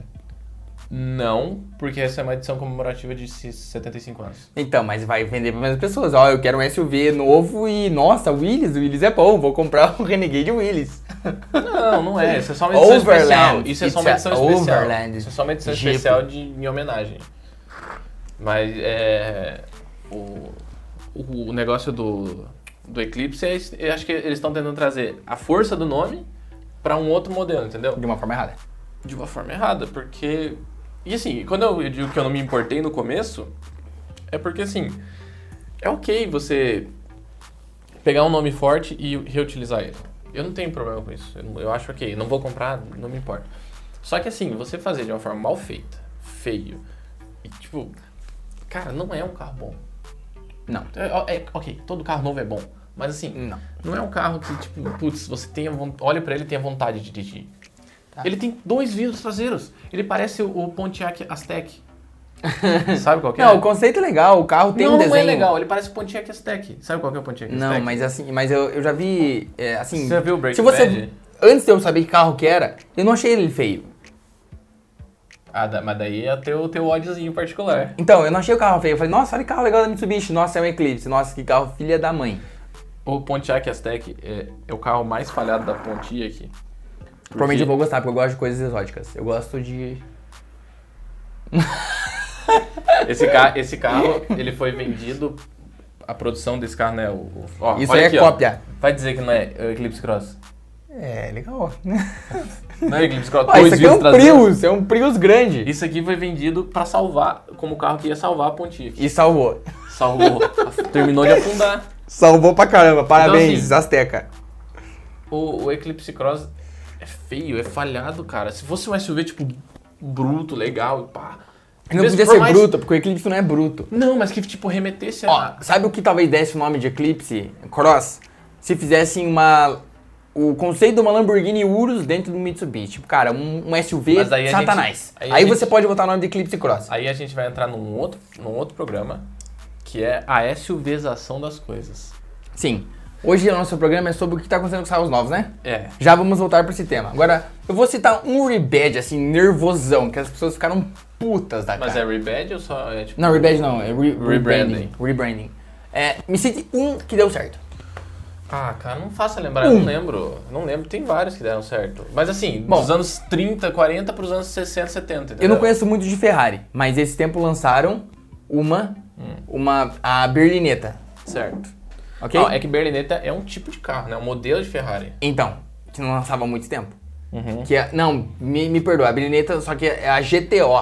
Não, porque essa é uma edição comemorativa de 75 anos.
Então, mas vai vender para mais pessoas. Ó, eu quero um SUV novo e, nossa, Willys, o Willys é bom, vou comprar o Renegade Willys.
Não, não é. Isso é só uma edição
Overland.
especial. Isso é só uma
It's a
edição especial.
Overland.
Isso é só uma edição
Jeep.
especial de, em homenagem. Mas é. O, o negócio do, do Eclipse é. esse- Eu acho que eles estão tentando trazer a força do nome pra um outro modelo, entendeu?
De uma forma errada.
De uma forma errada, porque. E assim, quando eu digo que eu não me importei no começo, é porque assim. É ok você pegar um nome forte e reutilizar ele. Eu não tenho problema com isso. Eu, eu acho ok. Não vou comprar, não me importa. Só que assim, você fazer de uma forma mal feita, feio, e tipo, cara, não é um carro bom.
Não.
É- é- ok, todo carro novo é bom. Mas assim,
Não.
não é um carro que, tipo, putz, você tenha von- olha pra ele e tenha vontade de dirigir.
Tá.
Ele tem dois vidros traseiros. Ele parece o, o Pontiac Aztec. Sabe qual que é?
Não, o conceito é legal, o carro tem
não,
um
não
desenho.
é legal. Ele parece o Pontiac Aztec. Sabe qual que é o Pontiac Aztec?
Não, mas assim, mas eu, eu já vi, é, assim...
Você já viu o Breaking
se você,
Bad?
Antes de eu saber que carro que era, eu não achei ele feio.
Ah, da- mas daí é teu, teu ódiozinho particular.
Então, eu não achei o carro feio. Eu falei, nossa, olha que carro legal da Mitsubishi. Nossa, é um Eclipse. Nossa, que carro filha da mãe.
o Pontiac Aztec é, é o carro mais falhado da Pontiac. Porque-
Provavelmente eu vou gostar, porque eu gosto de coisas exóticas. Eu gosto de.
Esse, ca esse carro, ele foi vendido. A produção desse carro, né? O, o- ó,
Isso
olha
aí é
aqui, ó.
cópia.
Vai dizer que não é é o Eclipse Cross.
É, legal.
Não é o Eclipse Cross,
Ah,
dois
isso aqui é um
vidros traseiros.
Prius, é um Prius grande.
Isso aqui foi vendido pra salvar, como o carro que ia salvar a Pontiac.
E salvou.
Salvou. Terminou de afundar.
Salvou pra caramba, parabéns,
assim,
Azteca.
O, o Eclipse Cross é feio, é falhado, cara. Se fosse um SUV, tipo, bruto, legal, e pá.
Não
Mesmo
podia
por
ser
mais-
bruto, porque o Eclipse não é bruto.
Não, mas que, tipo, remetesse a...
Ó, sabe o que talvez desse o nome de Eclipse? Cross? Se fizessem uma. O conceito de uma Lamborghini Urus dentro do Mitsubishi. Tipo, cara, um, um SUV
Mas aí a gente-
satanás.
aí
Aí,
a gente-
você pode botar o nome de Eclipse Cross.
Aí a gente vai entrar num outro, num outro programa, que é a SUVização das coisas.
Sim. Hoje o nosso programa é sobre o que tá acontecendo com os carros novos, né?
É.
Já vamos voltar pra esse tema. Agora, eu vou citar um rebad, assim, nervosão, que as pessoas ficaram putas da
Mas
cara.
é rebad ou só é, tipo...
Não, rebad não, é re-
Rebranding.
rebranding. Rebranding. É, me cite um que deu certo.
Ah, cara, não faça lembrar, eu não lembro. Não lembro, tem vários que deram certo. Mas assim,
Um. Bom.
dos anos 30, 40 pros anos 60, 70, entendeu?
Eu não conheço muito de Ferrari, mas esse tempo lançaram uma, uma a berlineta,
Hum. Certo.
ok?
Ó, é que berlineta é um tipo de carro, né? Um modelo de Ferrari.
Então, que não lançava há muito tempo.
Uhum.
Que é, não, me, me perdoa, a berlineta só que é a GTO.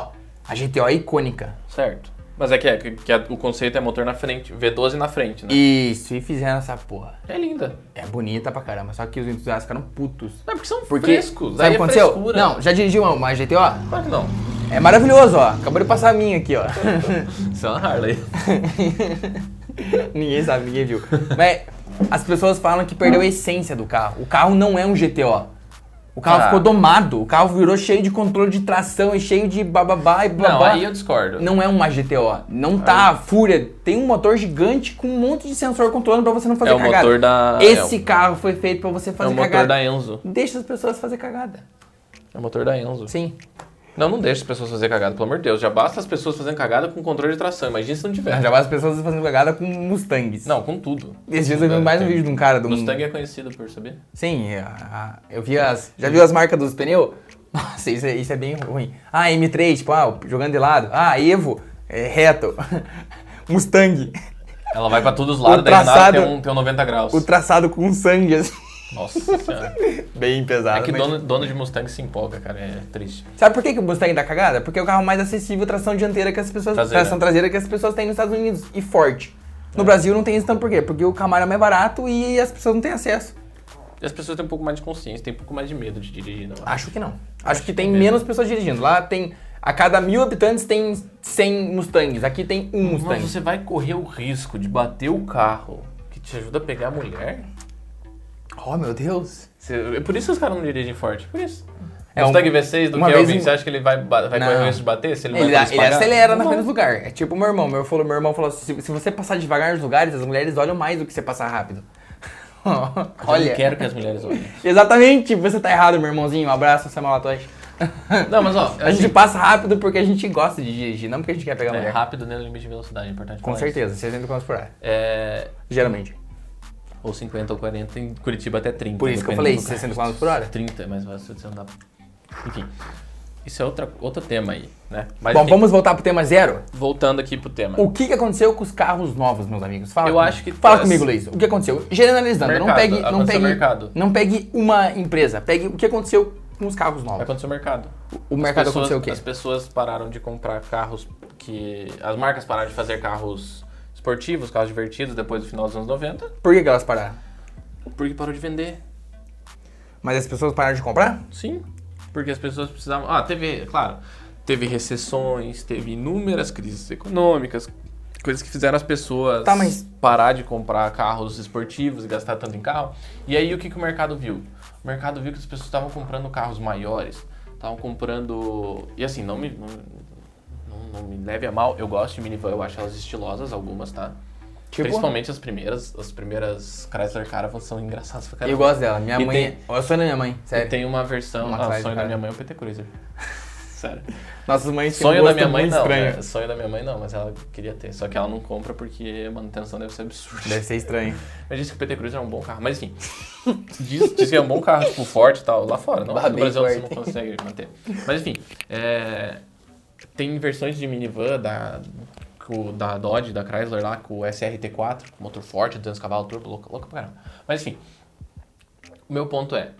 A GTO é icônica.
Certo. Mas é que, é, que, que a- o conceito é motor na frente, V12 na frente, né?
Isso, e fizeram essa porra.
É linda.
É bonita pra caramba, só que os entusiastas ficaram putos.
Não, porque são
Porque,
frescos.
sabe o
aí
que aconteceu?
É frescura.
não, já dirigiu uma, uma GTO?
Claro que não.
É maravilhoso, ó. Acabou de passar a minha aqui, ó.
Isso é uma Harley.
ninguém sabe, ninguém viu. Mas as pessoas falam que perdeu a essência do carro. O carro não é um GTO. O carro
Ah.
ficou domado, o carro virou cheio de controle de tração e cheio de bababá e
Não,
babá.
aí eu Ah. discordo.
Não é uma GTO, não tá a fúria. Tem um motor gigante com um monte de sensor controlando pra você não fazer
É o
cagada.
motor da-
Esse
é o-
carro foi feito pra você
é
fazer
o motor
cagada.
da Enzo.
Deixa as pessoas fazer cagada.
É o motor da Enzo.
Sim.
Não, não deixa as pessoas fazerem cagada, pelo amor de Deus. Já basta as pessoas fazerem cagada com controle de tração. Imagina se não tiver.
Já vai as pessoas fazendo cagada com Mustangs.
Não, com tudo.
Esses dias eu vi mais um vídeo de um cara do
Mustang é conhecido por saber.
Sim, é, a- a- eu vi as. Já viu as marcas dos pneus? Nossa, isso é, isso é bem ruim. Ah, M3, tipo, ah, jogando de lado. Ah, Evo, é, reto. Mustang.
Ela vai pra todos os lados,
O
daí nada
traçado-
tem um, tem um 90 graus.
O traçado com sangue, assim.
Nossa senhora.
Bem pesado.
É que
mas-
dono, dono de Mustang se empolga, cara. É triste.
Sabe por que, que o Mustang dá cagada? Porque é o carro mais acessível tração dianteira que as pessoas.
Traseira.
Tração traseira que as pessoas têm nos Estados Unidos. E forte. No Brasil não tem isso tanto por quê? Porque o Camaro é mais barato e as pessoas não têm acesso.
E as pessoas têm um pouco mais de consciência, têm um pouco mais de medo de dirigir, não.
Acho que não. Acho que
é
tem menos pessoas dirigindo. Lá tem. A cada mil habitantes tem 100 Mustangs. Aqui tem um Mustang.
Mas você vai correr o risco de bater o carro que te ajuda a pegar a mulher?
Oh, meu Deus.
Você- é por isso que os caras não dirigem forte, por isso.
É um-
Mustang V6 do
uma
Kelvin,
vez em-
você acha que ele vai, ba- vai correr o
Não.
risco de bater? Se ele,
Ele,
vai
ele acelera na frente
frente.
do lugar. É tipo meu irmão. Meu, falou, meu irmão falou assim, se, se você passar devagar nos lugares, as mulheres olham mais do que você passar rápido.
Olha. Eu não
Olha.
quero que as mulheres olhem.
Exatamente. Você tá errado, meu irmãozinho. Um abraço, Samuel Latoche.
Não, mas ó,
A gente passa rápido porque a gente gosta de dirigir, não porque a gente quer pegar
Assim. é
mulher.
rápido né, no limite de velocidade, é importante
Com
falar
certeza, 60 km por hora.
isso. É,
Geralmente.
ou 50 ou 40, em Curitiba até 30.
Por isso que eu
dependendo
falei,
do lugar.
60 km por hora.
30, mas você não dá... Enfim, isso é outra, outro tema aí, né? Mas,
Bom,
enfim,
vamos voltar pro tema zero?
voltando aqui pro tema.
O que, que aconteceu com os carros novos, meus amigos? Fala
Eu
comigo.
acho que
Fala
tá-
comigo, Luiz. O que aconteceu? Generalizando, não
Mercado,
pegue, não
aconteceu
pegue,
mercado.
não pegue uma empresa, pegue o que aconteceu com os carros novos.
Aconteceu o mercado.
O mercado
pessoas-
aconteceu o quê?
As pessoas pararam de comprar carros que. As marcas pararam de fazer carros esportivos, carros divertidos depois do final dos anos 90,
Por que, que elas pararam?
porque parou de vender.
Mas as pessoas pararam de comprar?
Sim. Porque as pessoas precisavam. Ah, teve, claro. Teve recessões, teve inúmeras crises econômicas, coisas que fizeram as pessoas
Tá, mas-
parar de comprar carros esportivos e gastar tanto em carro. E aí o que, que o mercado viu? O mercado viu que as pessoas estavam comprando carros maiores, estavam comprando. E assim, não me. Não, não- não me leve a mal, eu gosto de minivan, eu acho elas estilosas, algumas, tá?
Tipo?
Principalmente as primeiras, as primeiras Chrysler Caravan são engraçadas pra caramba.
Eu gosto dela. Minha
E
mãe. Eu sou da minha mãe,
E
sério.
tem uma versão.
Uma
ah, o
Chrysler,
sonho da
cara.
minha mãe é o PT Cruiser. Sério.
Nossas mães têm um
Sonho da
gosto
minha mãe
muito
não.
estranho.
né? Sonho da minha mãe não, mas ela queria ter. Só que ela não compra porque a manutenção deve ser absurda.
Deve ser estranho.
Mas disse que o PT Cruz era um bom carro, mas enfim. diz, diz que é um bom carro, tipo, forte e tal, lá fora. Não,
Bah,
no
bem
Brasil você não
forte.
consegue manter. Mas enfim, é, tem versões de minivan da, com- da Dodge, da Chrysler lá, com o SRT4, com motor forte, 200 cavalos, turbo, louco, louco pra caramba. Mas enfim, o meu ponto é,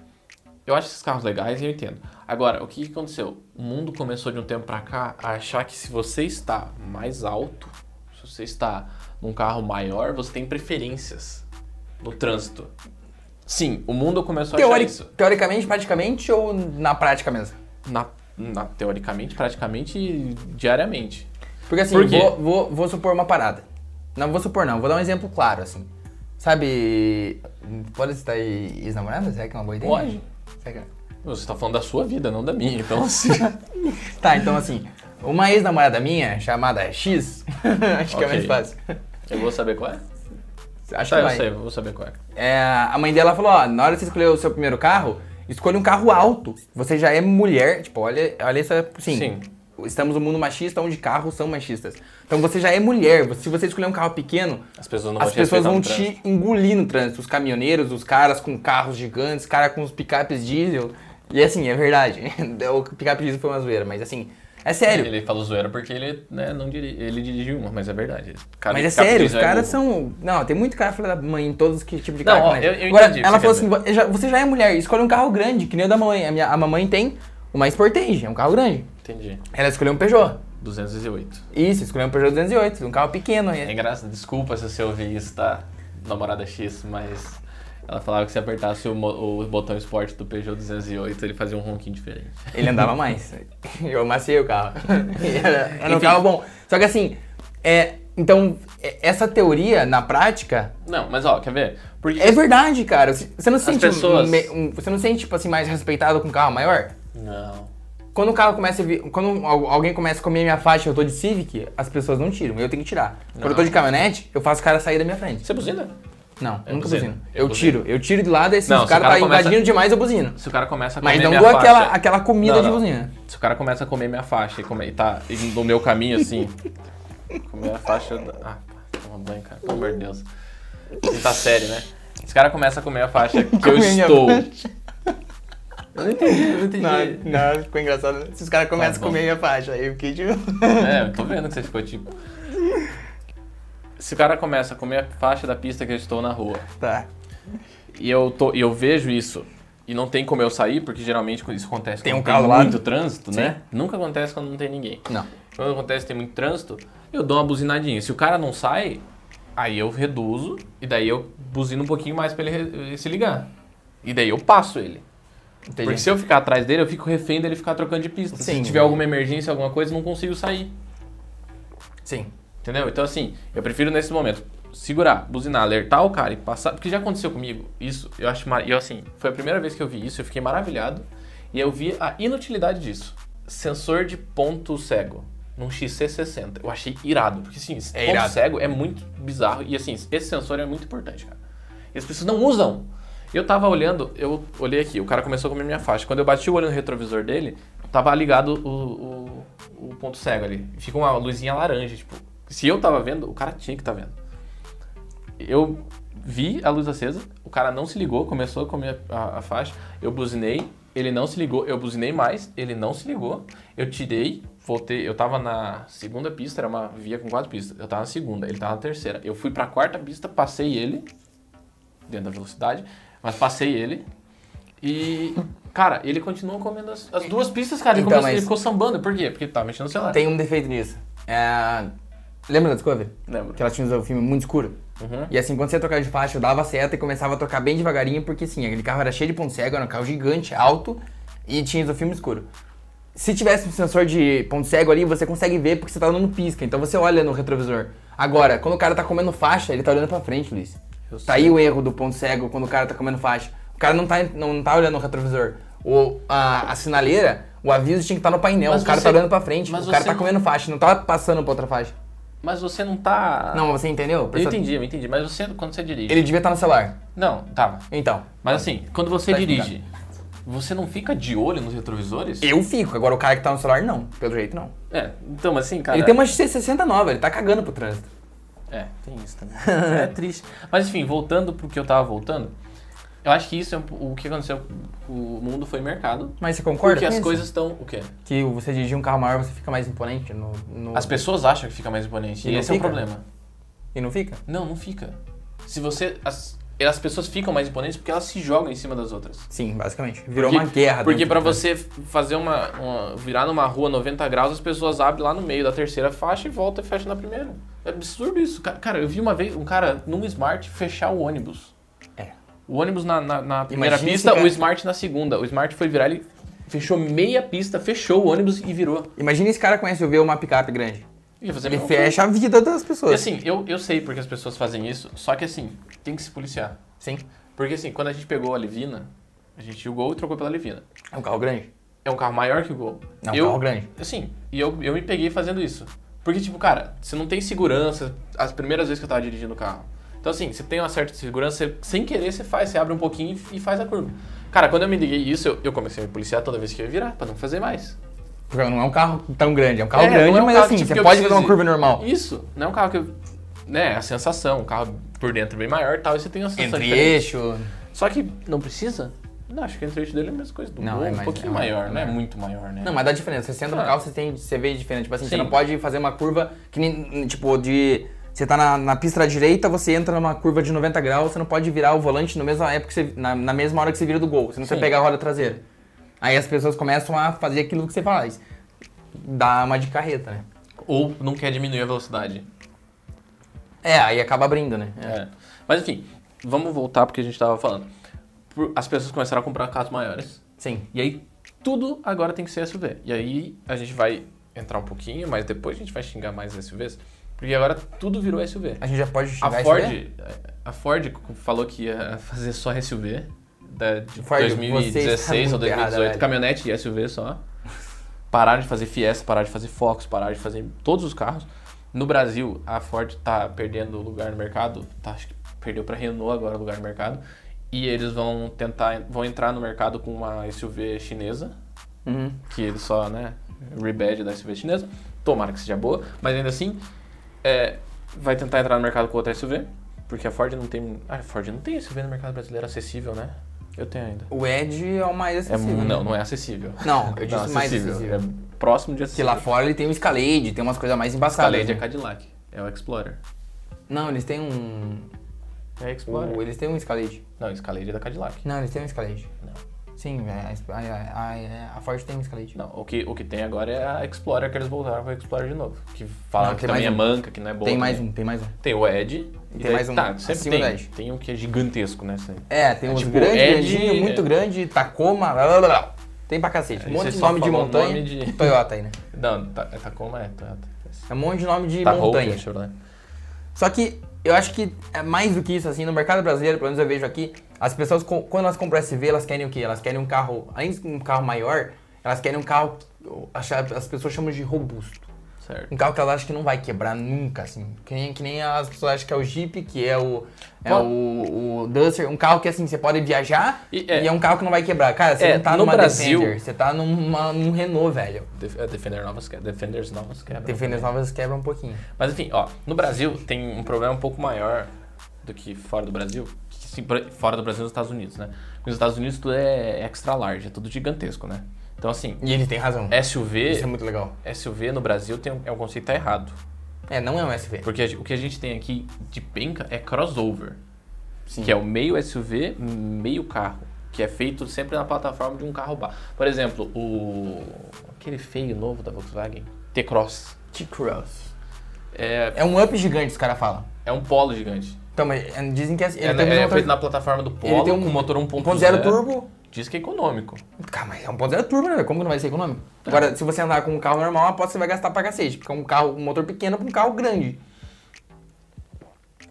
eu acho esses carros legais e eu entendo. Agora, o que que aconteceu? O mundo começou de um tempo pra cá a achar que se você está mais alto, se você está num carro maior, você tem preferências no trânsito. Sim, o mundo começou a achar
Teori-
isso.
Teoricamente, praticamente ou na prática mesmo?
Na- na- teoricamente, praticamente e diariamente.
Porque assim,
Por quê?
Vou, vou, vou supor uma parada. Não vou supor, não. Vou dar um exemplo claro, assim. Sabe. Pode citar aí ex-namorada? Será que é uma boa ideia?
Pode.
Será que é?
Você está falando da sua vida, não da minha. Então, assim.
Tá, então assim. Uma ex-namorada minha, chamada X, acho que é
Ok.
mais fácil.
eu vou saber qual é?
Acho
Tá,
que
eu
vai.
sei, eu vou saber qual é.
É, a mãe dela falou, ó, na hora que você escolher o seu primeiro carro, escolha um carro alto. Você já é mulher, tipo, olha, olha isso, sim.
Sim.
Estamos num mundo machista onde carros são machistas. Então você já é mulher, se você escolher um carro pequeno,
As pessoas não
as
vão te
pessoas
respeitar
vão
no
te
trânsito.
engolir no trânsito. Os caminhoneiros, os caras com carros gigantes, cara com os picapes diesel. E assim, é verdade. o picape diesel foi uma zoeira, mas assim, é sério.
Ele falou zoeira porque ele né, não diri... ele dirigiu uma, mas é verdade. Esse Cara,
Mas é
esse cara
sério, os
dirigiu é
caras
burro.
são. Não, tem muito cara filha da mãe em todos que tipo de
Não,
cara.
ó,
que mexe.
eu- eu
Agora,
entendi o que
ela
você
falou
quer
assim: "Vo- já- você já é mulher, escolhe um carro grande, que nem o da mamãe. A, minha, a mamãe tem uma Sportage, é um carro grande.
Entendi.
Ela escolheu um Peugeot.
208.
Isso, escolheu um Peugeot 208, um carro pequeno.
É
É,
engraçado, desculpa se você ouvir isso, tá? Namorada X, mas ela falava que se apertasse o, mo- o botão esporte do Peugeot 208, ele fazia um ronquinho diferente.
Ele andava mais. Eu amaciei o carro. era era um
Enfim.
carro bom. Só que assim, é, então, é- essa teoria, na prática,
Não, mas ó, quer ver? Porque
é verdade, cara. Você você não se
As
sente. um-
pessoas-
me- um- você não se sente, tipo assim, mais respeitado com um carro maior?
Não.
Quando o carro começa a vir, quando al- alguém começa a comer minha faixa, e eu tô de Civic, as pessoas não tiram, eu tenho que tirar. Quando eu tô de caminhonete, eu faço o cara sair da minha frente.
Você buzina?
Não,
Eu
nunca
buzino,
buzino.
eu
Eu,
buzino.
tiro, eu tiro de lado, e se
Não,
o cara, tá
começa-
invadindo demais, eu buzino.
Se o cara começa a comer
Mas não
minha
dou
faixa...
aquela, aquela comida
Não,
de
não.
buzina.
Se o cara começa a comer minha faixa e, comer, e tá e no meu caminho assim. comer a faixa. da- Ah, pá, toma banho, cara, pelo amor de Deus. Você tá sério, né? Se o cara começa a comer a faixa que eu
Comer minha
estou.
faixa.
Eu não entendi, eu não entendi.
não, ficou engraçado. Se os caras
começam a comer
minha faixa, aí eu fiquei tipo...
É, eu tô vendo que você ficou tipo. Se o cara começa a comer a faixa da pista que eu estou na rua
tá.
e eu, tô, e eu vejo isso. E não tem como eu sair, porque geralmente isso acontece
Tem
quando
um carro lá.
tem muito trânsito, né? Nunca acontece quando não tem ninguém.
Não.
Quando acontece tem muito trânsito, eu dou uma buzinadinha. Se o cara não sai, aí eu reduzo e daí eu buzino um pouquinho mais pra ele re- ele se ligar. E daí eu passo ele.
Entendi.
Porque se eu ficar atrás dele, eu fico refém dele ficar trocando de pista. Se
Sim.
tiver alguma emergência, alguma coisa, eu não consigo sair.
Sim.
Entendeu? Então, assim, eu prefiro nesse momento segurar, buzinar, alertar o cara e passar. Porque já aconteceu comigo isso. Eu acho. mar- Eu, assim, foi a primeira vez que eu vi isso, eu fiquei maravilhado. E eu vi a inutilidade disso. Sensor de ponto cego. Num XC60. Eu achei irado. Porque, assim, esse ponto
irado.
cego é muito bizarro. E, assim, esse sensor é muito importante, cara. E as pessoas não usam. Eu tava olhando, eu olhei aqui, o cara começou a comer minha faixa. Quando eu bati o olho no retrovisor dele, tava ligado o, o, o ponto cego ali. Fica uma luzinha laranja, tipo. Se eu tava vendo, o cara tinha que tá vendo. Eu vi a luz acesa, o cara não se ligou, começou a comer a, a faixa. Eu buzinei, ele não se ligou, eu buzinei mais, ele não se ligou. Eu tirei, voltei, eu tava na segunda pista, era uma via com quatro pistas. Eu tava na segunda, ele tava na terceira. Eu fui pra quarta pista, passei ele, dentro da velocidade, mas passei ele. E, cara, ele continuou comendo as, as duas pistas, cara. Ele,
Então,
começou-
mas-
ele ficou sambando. Por quê? Porque ele tava mexendo no celular.
Tem um defeito nisso. É... Lembra da Discovery?
Lembro.
Que ela tinha um filme muito escuro.
Uhum.
E assim, quando você ia trocar de faixa, eu dava seta e começava a trocar bem devagarinho, porque sim, aquele carro era cheio de ponto cego, era um carro gigante, alto, e tinha isofilme escuro. Se tivesse um sensor de ponto cego ali, você consegue ver porque você tá dando pisca, então você olha no retrovisor. Agora, quando o cara tá comendo faixa, ele tá olhando pra frente, Luiz.
Eu
Tá
sei.
aí o erro do ponto cego quando o cara tá comendo faixa. O cara não tá, não tá olhando no retrovisor. O, a, a sinaleira, o aviso tinha que estar no painel.
Mas
o cara
você-
tá olhando pra frente.
mas
o cara
você
tá
não-
comendo faixa, não tá passando pra outra faixa.
Mas você não tá.
Não, você entendeu?
Eu entendi, eu entendi. Mas você, quando você dirige.
Ele devia estar no tá celular.
Não, tava.
Então.
Mas assim, quando você
Tá
dirige, Você não fica de olho nos retrovisores?
Eu fico, agora o cara que tá no celular não, pelo jeito não.
É, então mas assim, cara.
Ele tem um uma X60 nova, ele tá cagando pro trânsito.
É, tem isso também. é triste. Mas enfim, voltando pro que eu tava voltando, eu acho que isso é um- o que aconteceu. O mundo foi mercado.
Mas você concorda
Porque
com
as
isso?
coisas estão. O quê?
Que você dirigir um carro maior, você fica mais imponente no... no-
As pessoas acham que fica mais imponente.
E
E,
não
esse é o
fica?
problema.
E não fica?
Não, não fica. Se você. As, as pessoas ficam mais imponentes porque elas se jogam em cima das outras.
Sim, basicamente. Virou
Porque-
uma guerra.
Porque
dentro
pra
do
você fazer uma, uma- virar numa rua 90 graus, as pessoas abrem lá no meio da terceira faixa e volta e fecha na primeira. É absurdo isso. Ca- Cara, eu vi uma vez um cara num Smart fechar o ônibus.
É.
O ônibus na, na- na primeira
Imagina
pista,
esse cara.
o Smart na segunda. O Smart foi virar, ele fechou meia pista, fechou o ônibus e virou.
Imagina esse cara com SUV ou uma picape grande.
Ia fazer a
Ele
mesma coisa.
fecha a vida das
E
pessoas.
assim, eu, eu sei porque as pessoas fazem isso, só que assim, tem que se policiar.
Sim.
Porque assim, quando a gente pegou a Levina, a gente tinha o Gol e trocou pela Levina.
É um carro grande?
É um carro maior que o Gol.
É um
eu,
carro grande.
Sim, Assim, e eu, eu me peguei fazendo isso. Porque, tipo, cara, você não tem segurança as primeiras vezes que eu tava dirigindo o carro. Então, assim, você tem uma certa segurança, você- sem querer você faz, você abre um pouquinho e, e faz a curva. Cara, quando eu me liguei isso, eu, eu comecei a me policiar toda vez que eu ia virar, pra não fazer mais.
Porque não é um carro tão grande. É um carro
É,
grande,
não é um
mas
carro,
assim,
tipo, que
você
eu
pode fazer uma
precise-
curva normal.
Isso, não é um carro que. eu- Né, a sensação, um carro por dentro bem maior e tal, e você tem uma sensação
Entre
é diferente.
eixo.
Só que não precisa? Não, acho que o eixo dele é a mesma coisa do
Não,
Gol,
é
um
mais-
pouquinho
é mais-
maior, não é
é.
muito maior, né?
Não, mas dá diferença. Você entra no
Ah.
carro, você, tem, você vê diferente. Tipo assim, você
Sim.
não pode fazer uma curva que nem, tipo, de... Você tá na, na pista da direita, você entra numa curva de 90 graus, você não pode virar o volante na mesma, época que você, na, na mesma hora que você vira do gol. Você não
Sim.
pode pegar a roda traseira. Aí as pessoas começam a fazer aquilo que você faz. Dá uma de carreta, né?
Ou não quer diminuir a velocidade.
É, aí acaba abrindo, né? É.
É. Mas enfim, vamos voltar porque a gente tava falando. Por- As pessoas começaram a comprar carros maiores.
Sim.
E aí tudo agora tem que ser SUV. E aí a gente vai entrar um pouquinho, mas depois a gente vai xingar mais as SUVs, porque agora tudo virou SUV.
A gente já pode
A
chegar
Ford,
SUV?
a Ford falou que ia fazer só SUV da, de
Ford, você está
2016 ou
muito errada,
2018,
velho.
caminhonete e SUV só. Pararam de fazer Fiesta, pararam de fazer Fox, pararam de fazer todos os carros. No Brasil, a Ford tá perdendo lugar no mercado, tá, acho que perdeu para Renault agora lugar no mercado. E eles vão tentar, vão entrar no mercado com uma SUV chinesa,
Uhum.
que ele só, né, rebad da SUV chinesa. Tomara que seja boa, mas ainda assim, é, vai tentar entrar no mercado com outra SUV, porque a Ford não tem. Ah, a Ford não tem SUV no mercado brasileiro acessível, né? Eu tenho ainda.
O Edge é o mais
É,
acessível. né?
não, não é acessível.
Não, eu disse mais acessível.
É próximo de
Porque
acessível.
lá fora ele tem o Escalade, tem umas coisas mais embaçadas.
Escalade é
né?
Cadillac, é o Explorer.
Não, eles têm um.
É
o- eles têm um Escalade.
Não, Escalade é da Cadillac.
Não, eles têm um Escalade.
Não.
Sim, é, a, a, a, a Ford tem um Escalade.
Não, o que, o que tem agora é a Explorer, que eles voltaram com a Explorer de novo. Que falaram
Não,
que
tem
também é
mais
manca, que não é boa.
tem mais
também.
um, tem mais um.
Tem o Ed. e daí-
mais um
Tá, sempre
acima do
tem.
Edge.
Tem um que é gigantesco, né? Sempre.
É, tem
É
uns
tipo
grandes,
Edge,
grandinho, muito
é.
grande, Tacoma, blá blá blá, blá. Tem pra cacete.
Aí
Um monte
É,
de
você só
nome de
falou
montanha.
nome de-
Toyota aí, né?
Não, tá, é Tacoma, é Toyota.
É um monte de nome de
Tá
montanha. né?
Hulk, Chevrolet.
Só que eu acho que é mais do que isso, assim, no mercado brasileiro, pelo menos eu vejo aqui, as pessoas, com- quando elas compram SUV, elas querem o quê? Elas querem um carro, além de um carro maior, elas querem um carro, que eu acho- as pessoas chamam de robusto. Um
Certo.
carro que elas acham que não vai quebrar nunca, assim. Que nem, que nem as pessoas acham que é o Jeep, que é o. É
Bom.
o, o Duster, um carro que assim, você pode viajar e
E
é,
é-
um carro que não vai quebrar. Cara, você
É,
não tá
no
numa
Brasil-
Defender, você tá numa, num Renault, velho.
Def- é, Defender novas que- Defenders novas quebra.
Defenders novas quebra um pouquinho.
Mas enfim, ó, no Brasil tem um problema um pouco maior do que fora do Brasil. Que, assim, pra- fora do Brasil nos Estados Unidos, né? Nos Estados Unidos tudo é extra large, é tudo gigantesco, né? Então assim,
E ele tem razão. Isso é
SUV,
muito legal.
SUV no Brasil tem um, é um conceito errado.
É, não é um SUV.
Porque a gen- o que a gente tem aqui de penca é crossover.
Sim.
Que é o meio SUV, meio carro. Que é feito sempre na plataforma de um carro bar. Por exemplo, o. aquele feio novo da Volkswagen, T-Cross.
T-Cross.
É,
É um up gigante, os caras falam.
é um polo gigante.
Então, mas é, dizem que é, ele
é
tem o
é
mesmo
feito
motor.
na né? plataforma do
Ele
polo
tem um
com motor 1.0.
1.0 turbo.
Diz que é econômico.
Cara, mas é 1.0 turbo, né? Como que não vai ser econômico?
É.
Agora, se você andar com um carro normal, aposto que você vai gastar pra cacete. Porque é um carro, um motor pequeno pra um carro grande.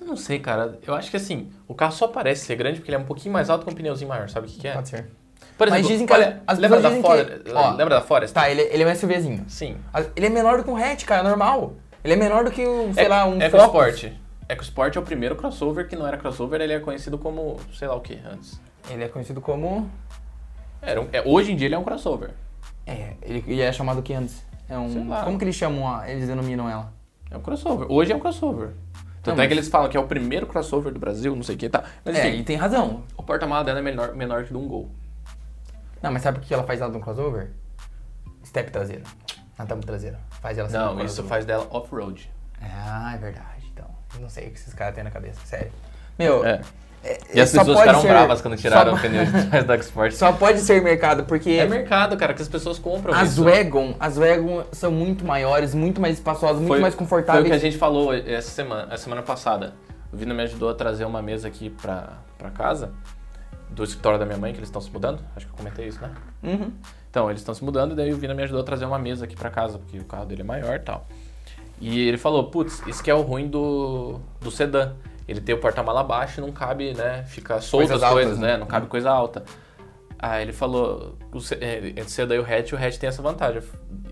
Eu não sei, cara. Eu acho que assim, o carro só parece ser grande porque ele é um pouquinho mais alto com um pneuzinho maior. Sabe o que, que é?
Pode ser.
Por
Mas
exemplo,
dizem que
olha,
as
lembra,
pessoas
da
dizem
Forest,
que- é- ó,
lembra da Forest?
Tá, ele, ele é um SUVzinho.
Sim.
Ele é menor do que um hatch, cara, normal. Ele é menor do que, um, sei
É-
lá, um Focus.
EcoSport. EcoSport é o primeiro crossover que não era crossover, ele é conhecido como sei lá o que antes.
Ele é conhecido como...
Era um- é, hoje em dia ele é um crossover.
É, ele, ele é chamado o que antes? É um.
Sei lá.
Como que eles chamam? a- Eles denominam ela?
É um crossover. Hoje é um crossover. Tanto
Não,
é que eles falam que é o primeiro crossover do Brasil, não sei o que e tal. Mas assim,
é,
enfim,
e tem razão.
então, o porta-mala dela é menor, menor que de um gol.
Não, mas sabe por que ela faz ela de um crossover? Step traseiro. Na tampa traseira. Faz ela ser um
Não,
crossover.
isso faz dela off-road.
Ah, é verdade. Então, eu não sei o que esses caras têm na cabeça, sério. Meu,
É.
é-
E as
só
pessoas
pode
ficaram
ser-
bravas quando tiraram
só,
o pneu de trás da Sport.
Só pode ser mercado, porque
É mercado, cara, que as pessoas compram
as
isso.
Wagon, as Wagon são muito maiores, muito mais espaçosas, muito
Foi-
mais confortáveis.
Foi o que a gente falou essa semana, a semana passada. O Vina me ajudou a trazer uma mesa aqui pra, pra casa, do escritório da minha mãe, que eles estão se mudando. Acho que eu comentei isso, né?
Uhum.
Então, eles estão se mudando, e daí o Vina me ajudou a trazer uma mesa aqui pra casa, porque o carro dele é maior e tal. E ele falou, putz, isso que é o ruim do, do sedã. Ele tem o porta-mala baixo e não cabe, né? Fica solto
Coisas
as
altas,
coisas,
né?
né? Não cabe coisa alta. Aí ele falou, o se- é, entre o sedã e o hatch, o hatch tem essa vantagem.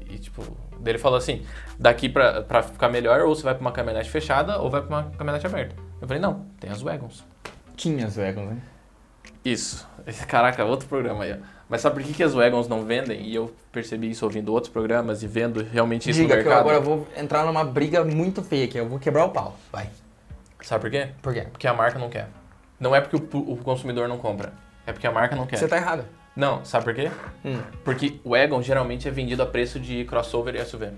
E tipo, daí ele falou assim, daqui pra, pra ficar melhor, ou você vai pra uma caminhonete fechada, ou vai pra uma caminhonete aberta. Eu falei, não, tem as wagons.
Tinha as Wagons, né?
Isso. Caraca, outro programa aí, ó. Mas sabe por que, que as Wagons não vendem? E eu percebi isso ouvindo outros programas e vendo realmente isso
Diga
no
que eu
mercado.
agora vou entrar numa briga muito feia aqui, eu vou quebrar o pau. Vai.
Sabe por quê?
Por quê?
Porque a marca não quer. Não é porque o, pu- o consumidor não compra. É porque a marca não quer.
Você tá errado.
Não, sabe por quê?
Hum.
Porque o Wagon geralmente é vendido a preço de crossover e SUV.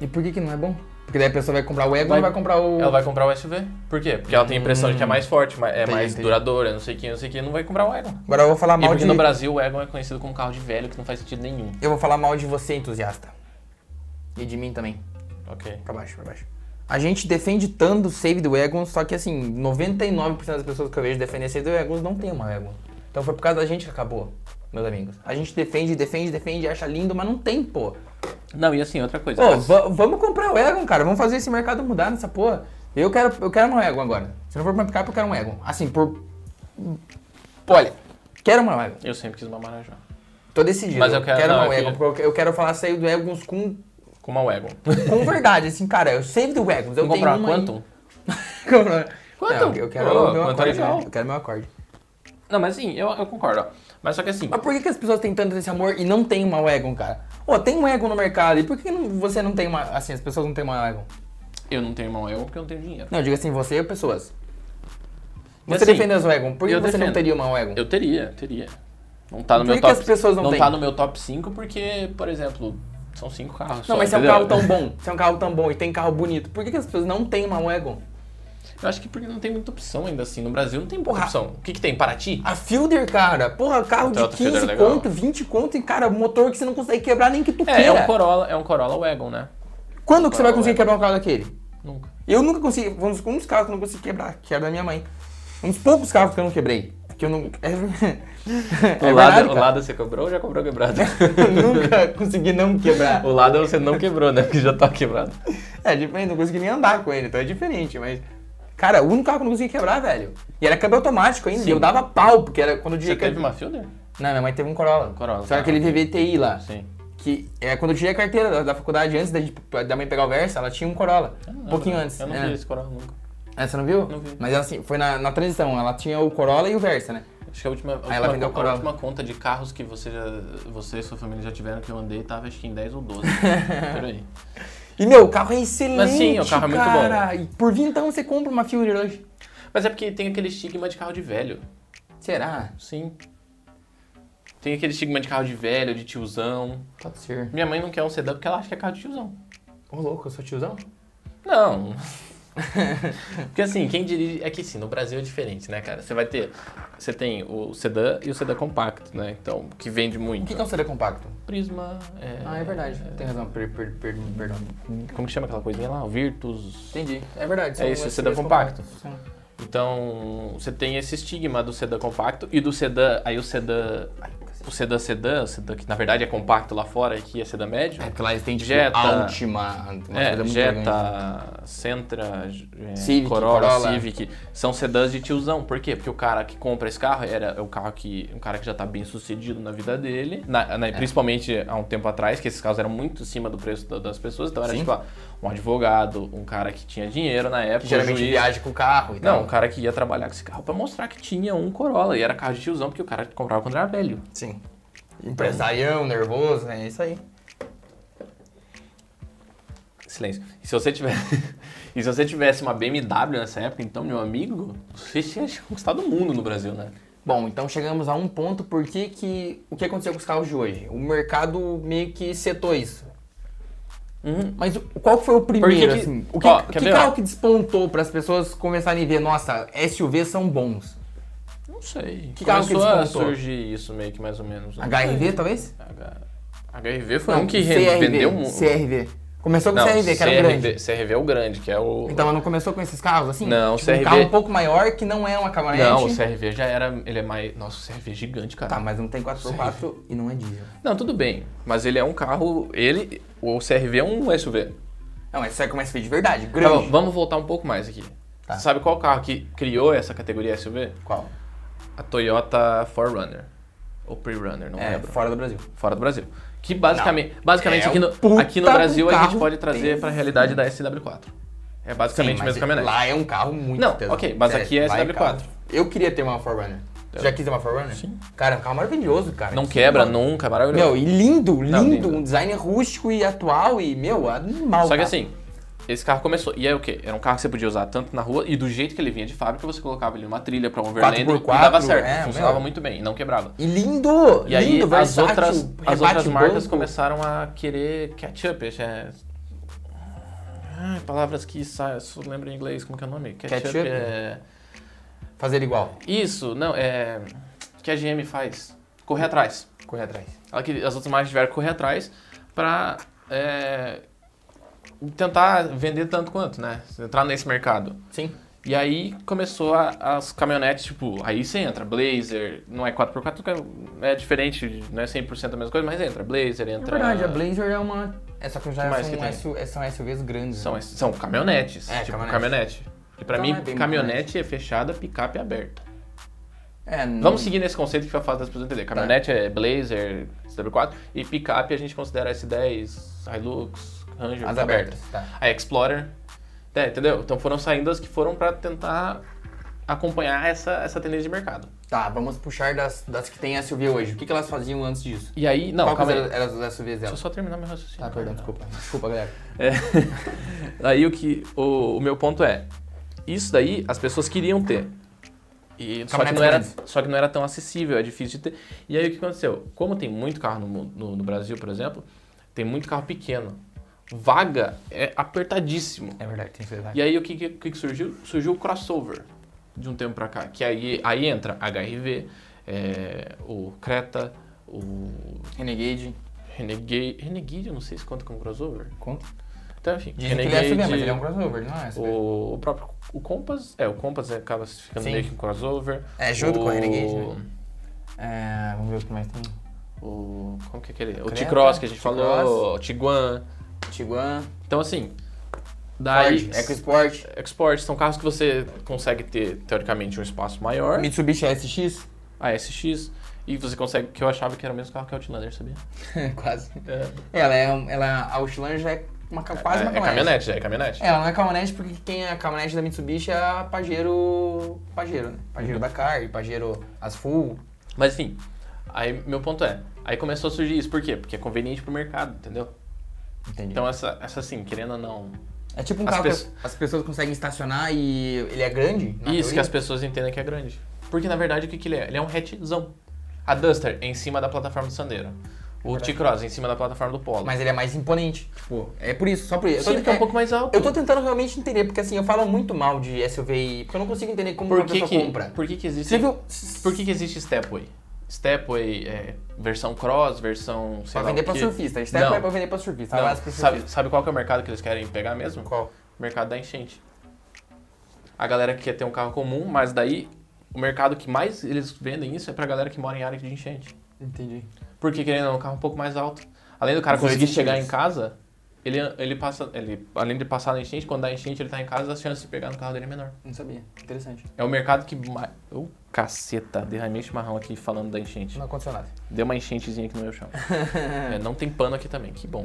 E por que que não é bom? Porque daí a pessoa vai comprar o Wagon
Vai-
e vai comprar o...
Ela vai comprar o SUV. Por quê? Porque ela tem a impressão de que é mais forte, ma- é
Entendi,
mais
Hum. entendi.
duradoura, não sei o que, não sei o que, não vai comprar o Wagon.
Agora eu vou falar
E
mal
porque
de...
no Brasil o Wagon é conhecido como um carro de velho que não faz sentido nenhum.
Eu vou falar mal de você, entusiasta. E de mim também.
Ok.
Pra baixo, pra baixo. A gente defende tanto o Save the Wagons, só que assim, 99% das pessoas que eu vejo defender Save the Wagons não tem uma Wagon. Então foi por causa da gente que acabou, meus amigos. A gente defende, defende, defende, acha lindo, mas não tem, pô.
Não, e assim, outra coisa.
Pô,
as-
va- vamos comprar o Wagon, cara. Vamos fazer esse mercado mudar nessa porra. Eu quero, eu quero uma Wagon agora. Se não for pra picape, eu quero um Wagon. Assim, por... Olha, quero uma Wagon.
Eu sempre quis uma Marajó.
Tô decidido.
Mas eu quero-
quero
não,
uma
eu
Wagon,
queria-
porque eu- eu quero falar Save the Wagons com
Com uma Wagon.
Com verdade, assim, cara, eu save the wagons. Eu tenho
Vamos comprar
uma
uma Quantum?
aí. Comprar-
Quantum?
Não, eu quero
Pô,
o meu
Quantum é
acorde,
legal.
né? Eu quero meu acorde.
Não, mas assim, eu, eu concordo. ó. Mas só que assim,
Mas por que, que as pessoas têm tanto esse amor e não tem uma wagon, cara? Ô, tem um wagon no mercado, e por que não- você não tem uma... Assim, as pessoas não têm uma wagon?
eu não tenho uma Wagon porque eu não tenho dinheiro.
Não, eu digo assim, você e pessoas. Você
Assim,
defende as wagon, por que
eu
você não
defendo.
teria uma wagon?
Eu teria, teria. Não tá no
Por
meu
que
top
as pessoas não têm?
tá no meu top 5 porque, por exemplo, são cinco carros
Não,
só,
mas se é um carro
entendeu?
tão bom, se é um carro tão bom e tem carro bonito, por que, que as pessoas não têm uma wagon?
Eu acho que porque não tem muita opção ainda assim. No Brasil não tem pouca
Porra.
opção. O que que tem? Paraty?
A Fielder, cara, porra, carro de
Toyota Fielder
15
é legal.
conto, 20 conto, e cara, motor que você não consegue quebrar nem que tu
É, é
queira.
um Corolla, é um Corolla Wagon, né?
Quando que você vai conseguir
Ué.
quebrar um carro daquele?
Nunca.
Eu nunca consegui. Um dos, um dos carros que eu não consegui quebrar, que era da minha mãe. Um dos poucos carros que eu não quebrei. Que eu não. É,
o,
é
lado,
verdade,
o
cara.
lado você quebrou ou já cobrou quebrado?
Eu nunca consegui não quebrar.
o lado você não quebrou, né? Porque já tá quebrado.
É diferente, não consegui nem andar com ele, então é diferente, mas. Cara, o único carro que eu não consegui quebrar, velho. E era câmbio automático ainda.
Sim.
E eu dava pau, porque era quando eu
Você
diria que.
teve uma Fielder?
Não, minha mãe teve um Corolla.
Corolla,
Só
tá.
aquele VVTI lá.
Sim.
Que é quando eu tirei a carteira da, da faculdade, antes da, gente, da mãe pegar o Versa, ela tinha um Corolla.
Eu não
Um
lembro.
pouquinho antes.
Ah, Eu não
né?
vi esse Corolla nunca.
Ah, você não viu?
Não vi.
Mas ela, assim, foi na, na transição, ela tinha o Corolla e o Versa, né?
Acho que a última, a
ela
última-
vendeu
a
o Corolla.
última conta de carros que você, já, você e sua família já tiveram que eu andei tava acho que em 10 ou 12. Por aí.
E, meu, o carro é excelente,
Mas sim, o carro é muito
cara. E por vir, então, você compra uma Fielder hoje.
Mas é porque tem aquele estigma de carro de velho.
Será?
Sim. Tem aquele estigma de carro de velho, de tiozão.
Pode Tá ser.
Minha mãe não quer um sedã porque ela acha que é carro de tiozão.
Ô, louco, eu sou tiozão?
Não. porque assim, quem dirige. É que sim, no Brasil é diferente, né, cara? Você vai ter. Você tem o sedã e o sedã compacto, né? Então, que vende
O
muito.
que que é um CD compacto?
Prisma. É...
Ah, é verdade. Tem razão. Per, per, per, perdão.
Como que chama aquela coisinha lá? O Virtus.
Entendi. É verdade. são
isso,
esses
sedã
dois
compacto.
compactos.
Então, você tem esse estigma do sedã compacto e do sedã, aí o sedã, o sedã sedã, o sedã que na verdade é compacto lá fora e aqui é sedã médio.
É porque lá eles têm, tipo,
Jetta.
Altima, uma
É,
coisa muito elegante.
Jetta, Sentra, é,
Civic,
Corolla,
Corolla.
Civic, são sedãs de tiozão. Por quê? Porque o cara que compra esse carro era é o carro que um cara que já tá bem sucedido na vida
É.
dele, na- na- principalmente há um tempo atrás, que esses carros eram muito acima do preço da- das pessoas, então era
Sim.
tipo ah, um advogado, um cara que tinha dinheiro na época,
Que
um
geralmente
juiz.
viaja com o carro e
Não,
tal.
um cara que ia trabalhar com esse carro pra mostrar que tinha um Corolla. E era carro de tiozão, porque o cara comprava quando era velho.
Sim. Empresarião, nervoso, né? É isso aí.
Silêncio. E se você tivesse, e se você tivesse uma BMW nessa época, então, meu amigo, você tinha conquistado o mundo no Brasil, né?
Bom, então chegamos a um ponto por que que o que aconteceu com os carros de hoje? O mercado meio que setou isso. Mas o- qual que foi o primeiro,
Uhum. que que-
assim? O que,
ó,
que
quer ver, ó?
carro que despontou para as pessoas começarem a ver, nossa, SUVs são bons?
Não sei.
Que carro que
Começou a
despontou?
surgir isso meio que mais ou menos. né?
HRV, talvez?
H- HRV foi um que
CRV,
vendeu muito.
CRV. Começou com
Não,
CRV, que era um grande.
CRV é o grande, que é o.
Então, mas não começou com esses carros, assim?
Não,
tipo,
CRV
um carro um pouco maior que não é uma caminhonete.
não, o CRV já era. Ele é mais. Nossa, o CRV é gigante, cara.
Tá, mas não tem 4x4 e não é diesel.
Não, tudo bem. Mas ele é um carro. Ele. O CRV é um SUV.
Não, mas isso é como SUV de verdade,
Tá bom,
grande.
vamos voltar um pouco mais aqui.
Tá.
Você sabe qual carro que criou essa categoria SUV?
Qual?
A Toyota 4Runner. Ou Pre-Runner, não
É,
lembro.
fora do Brasil.
Fora do Brasil. Que basicamente, basicamente
É
aqui,
um
no,
puta
aqui no Brasil a gente
carro
pode trazer pra realidade da SW4. É basicamente
Sim,
o
mas
mesmo caminhonete.
Lá é um carro muito
Não,
tesão.
ok, mas
Sério,
aqui é
lá
SW4.
carro. Eu queria ter uma 4Runner. Você já quis ter uma 4Runner? Sim. Cara, é um carro maravilhoso, cara.
Não
Isso
quebra
é uma-
nunca, é maravilhoso.
Meu, e lindo, lindo,
Não, lindo.
Um design rústico e atual e, meu, animal.
Só
cara.
que assim, esse carro começou. E é o quê? Era um carro que você podia usar tanto na rua e do jeito que ele vinha de fábrica, você colocava ele numa trilha pra um overlander e
4x4,
dava certo.
é,
funcionava
meu.
muito bem, não quebrava.
E lindo!
E aí
lindo,
as
versátil,
outras, as
rebate
outras marcas
banco.
começaram a querer ketchup. É... Ah, palavras que sa... só lembro em inglês, como que é o nome? Ketchup,
Ketchup?
é...
Fazer igual.
Isso, não, é... que a GM faz? Correr atrás.
Correr atrás.
Ela que- As outras marcas tiveram que correr atrás pra é, tentar vender tanto quanto, né? Entrar nesse mercado.
Sim.
E aí começou a- as caminhonetes, tipo, aí você entra, Blazer, não é 4x4, que é é diferente, não é 100% a mesma coisa, mas entra, Blazer,
É
entra...
verdade, a Blazer é uma... É só que já
Que mais
são,
que tem?
SU são SUVs grandes. né?
São, são caminhonetes,
É,
tipo,
caminhonete.
caminhonete. E pra
Então é
mim,
bem
caminhonete é fechada, picape é aberta.
É, não-
Vamos seguir nesse conceito que foi fácil das pessoas entenderem.
Tá.
Caminhonete é Blazer, CW4, e picape a gente considera S10, Hilux, Ranger,
As
tá
abertas,
aberto.
tá.
A Explorer. É, entendeu? Então foram saindo as que foram pra tentar acompanhar essa, essa tendência de mercado.
Tá, vamos puxar das, das que tem SUV hoje. O que, que elas faziam antes disso?
E aí, não,
Qual que
calma aí.
era, era as SUVs
Deixa eu
delas?
só terminar meu raciocínio.
Tá, perdão, desculpa. Desculpa, galera.
É. Aí É, o que o, o meu ponto é, isso daí as pessoas queriam ter. E, só, que
Caminhonetes
não era,
grandes.
só que não era tão acessível, é difícil de ter. E aí o que aconteceu? Como tem muito carro no, mundo- no, no Brasil, por exemplo, tem muito carro pequeno. Vaga é apertadíssimo.
É verdade, tem verdade.
E aí o que, que, que surgiu? Surgiu o crossover de um tempo pra cá. Que aí, aí entra HRV, é, o Creta, o
Renegade.
Renegade. Renegade, eu não sei se conta como crossover.
Conta.
Então, enfim.
Dizem que ele é SUV, mas ele é um crossover, ele não é SUV.
o, o próprio. O Compass. É, o Compass acaba ficando
Sim.
meio que um crossover.
É, junto
o,
com o Renegade, né? É, vamos ver o que mais tem.
O. Como que é aquele? O
Creta,
T-Cross que a gente
T-Cross.
falou, o Tiguan.
Tiguan,
Então, assim. Daí.
Ford, EcoSport,
Export são carros que você consegue ter, teoricamente, um espaço maior.
Mitsubishi SX.
A SX. E você consegue. Que eu achava que era o mesmo carro que a Outlander, sabia?
quase.
É,
Ela é, um- ela, a Outlander já é uma, ca- quase uma
é, é caminhonete, é caminhonete.
Ela não é caminhonete porque quem é caminhonete da Mitsubishi é a Pajero, Pajero, né?
Uhum.
Pajero Dakar, Pajero As Full.
Mas enfim, aí meu ponto é, aí começou a surgir isso, por quê? Porque é conveniente pro mercado, entendeu?
Entendi.
Então essa, essa assim, querendo ou não.
é tipo um
as
carro
pesso-
que as pessoas conseguem estacionar e ele é grande. na
isso que
teoria.
as pessoas entendem que é grande. Porque na verdade o que, que ele é? Ele é um hatchzão. A Duster é em cima da plataforma do Sandero. O T-Cross é em cima da plataforma do Polo.
Mas ele é mais imponente. Tipo, é por isso, só por isso.
Sim,
Eu
porque
tô,
é um pouco mais alto.
eu tô tentando realmente entender, porque assim, eu falo muito mal de SUV, porque eu não consigo entender como
Por
uma
que
pessoa
que,
compra.
por que que existe...
Você viu?
Por que que existe Stepway? Stepway é versão cross, versão... Sei
Pra
lá o
vender pra
quê.
surfista. Step
Não,
é pra vender pra surfista.
não.
Abraço pro surfista.
Sabe, sabe qual que é o mercado que eles querem pegar mesmo?
Qual?
mercado da enchente. A galera que quer ter um carro comum, mas daí o mercado que mais eles vendem isso é pra galera que mora em área de enchente.
Entendi.
Porque querendo ou não, é um carro um pouco mais alto. Além do cara
18
conseguir chegar em
centímetros.
casa, ele, ele passa. Ele, além de passar na enchente, quando dá enchente ele tá em casa, a chance de pegar no carro dele é menor.
Não sabia. Interessante.
É o mercado que mais. Oh, Caceta, derramei um chimarrão aqui falando da enchente.
Não aconteceu nada.
Deu uma enchentezinha aqui no meu chão. É, não tem pano aqui também, que bom.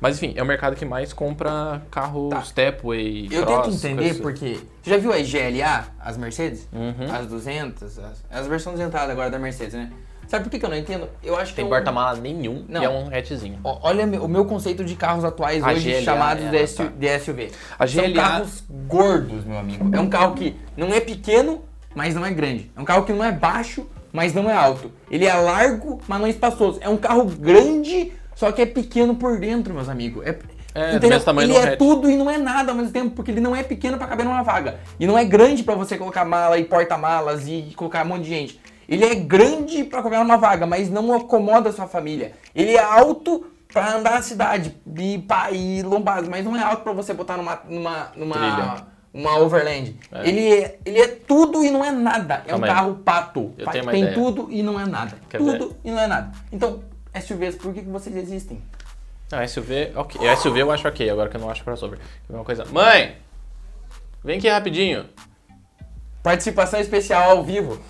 Mas enfim, é o mercado que mais compra carro stepway,
Tá. Eu
cross,
tento entender
coisas-
porque. Você já viu a GLA, as Mercedes?
assim. Uhum.
As 200, as, as versões dentadas agora da Mercedes, né? Sabe por que, que eu não entendo? Eu acho que.
Tem
é um-
porta-mala nenhum
Não.
e é um hatchzinho.
Ó, Olha me- o meu conceito de carros atuais
A
hoje
GLA,
chamados
é,
de SU-
tá.
de SUV.
A
São
GLA
carros gordos, meu amigo. É um carro que não é pequeno, mas não é grande. É um carro que não é baixo, mas não é alto. Ele é largo, mas não é espaçoso. É um carro grande, só que é pequeno por dentro, meus amigos. É,
É, do
entendeu?
mesmo tamanho
ele
de um
é
hatch.
tudo e não é nada ao mesmo tempo, porque ele não é pequeno pra caber numa vaga. E não é grande pra você colocar mala e porta-malas e colocar um monte de gente. Ele é grande pra caber numa vaga, mas não acomoda a sua família. Ele é alto pra andar na cidade e, pá, e lombadas, mas não é alto pra você botar numa, numa, numa
Trilha.
uma overland.
É.
Ele, é, ele é tudo e não é nada. É um
Calma aí.
carro pato.
Eu
Pa-
tenho uma
Tem
ideia.
tudo e não é nada.
Quer
tudo e não é nada. Então, SUVs, por que, que vocês existem?
Ah, SUV, ok. É, SUV eu acho ok, agora que eu não acho crossover. É uma coisa. Mãe! Vem aqui rapidinho.
Participação especial ao vivo.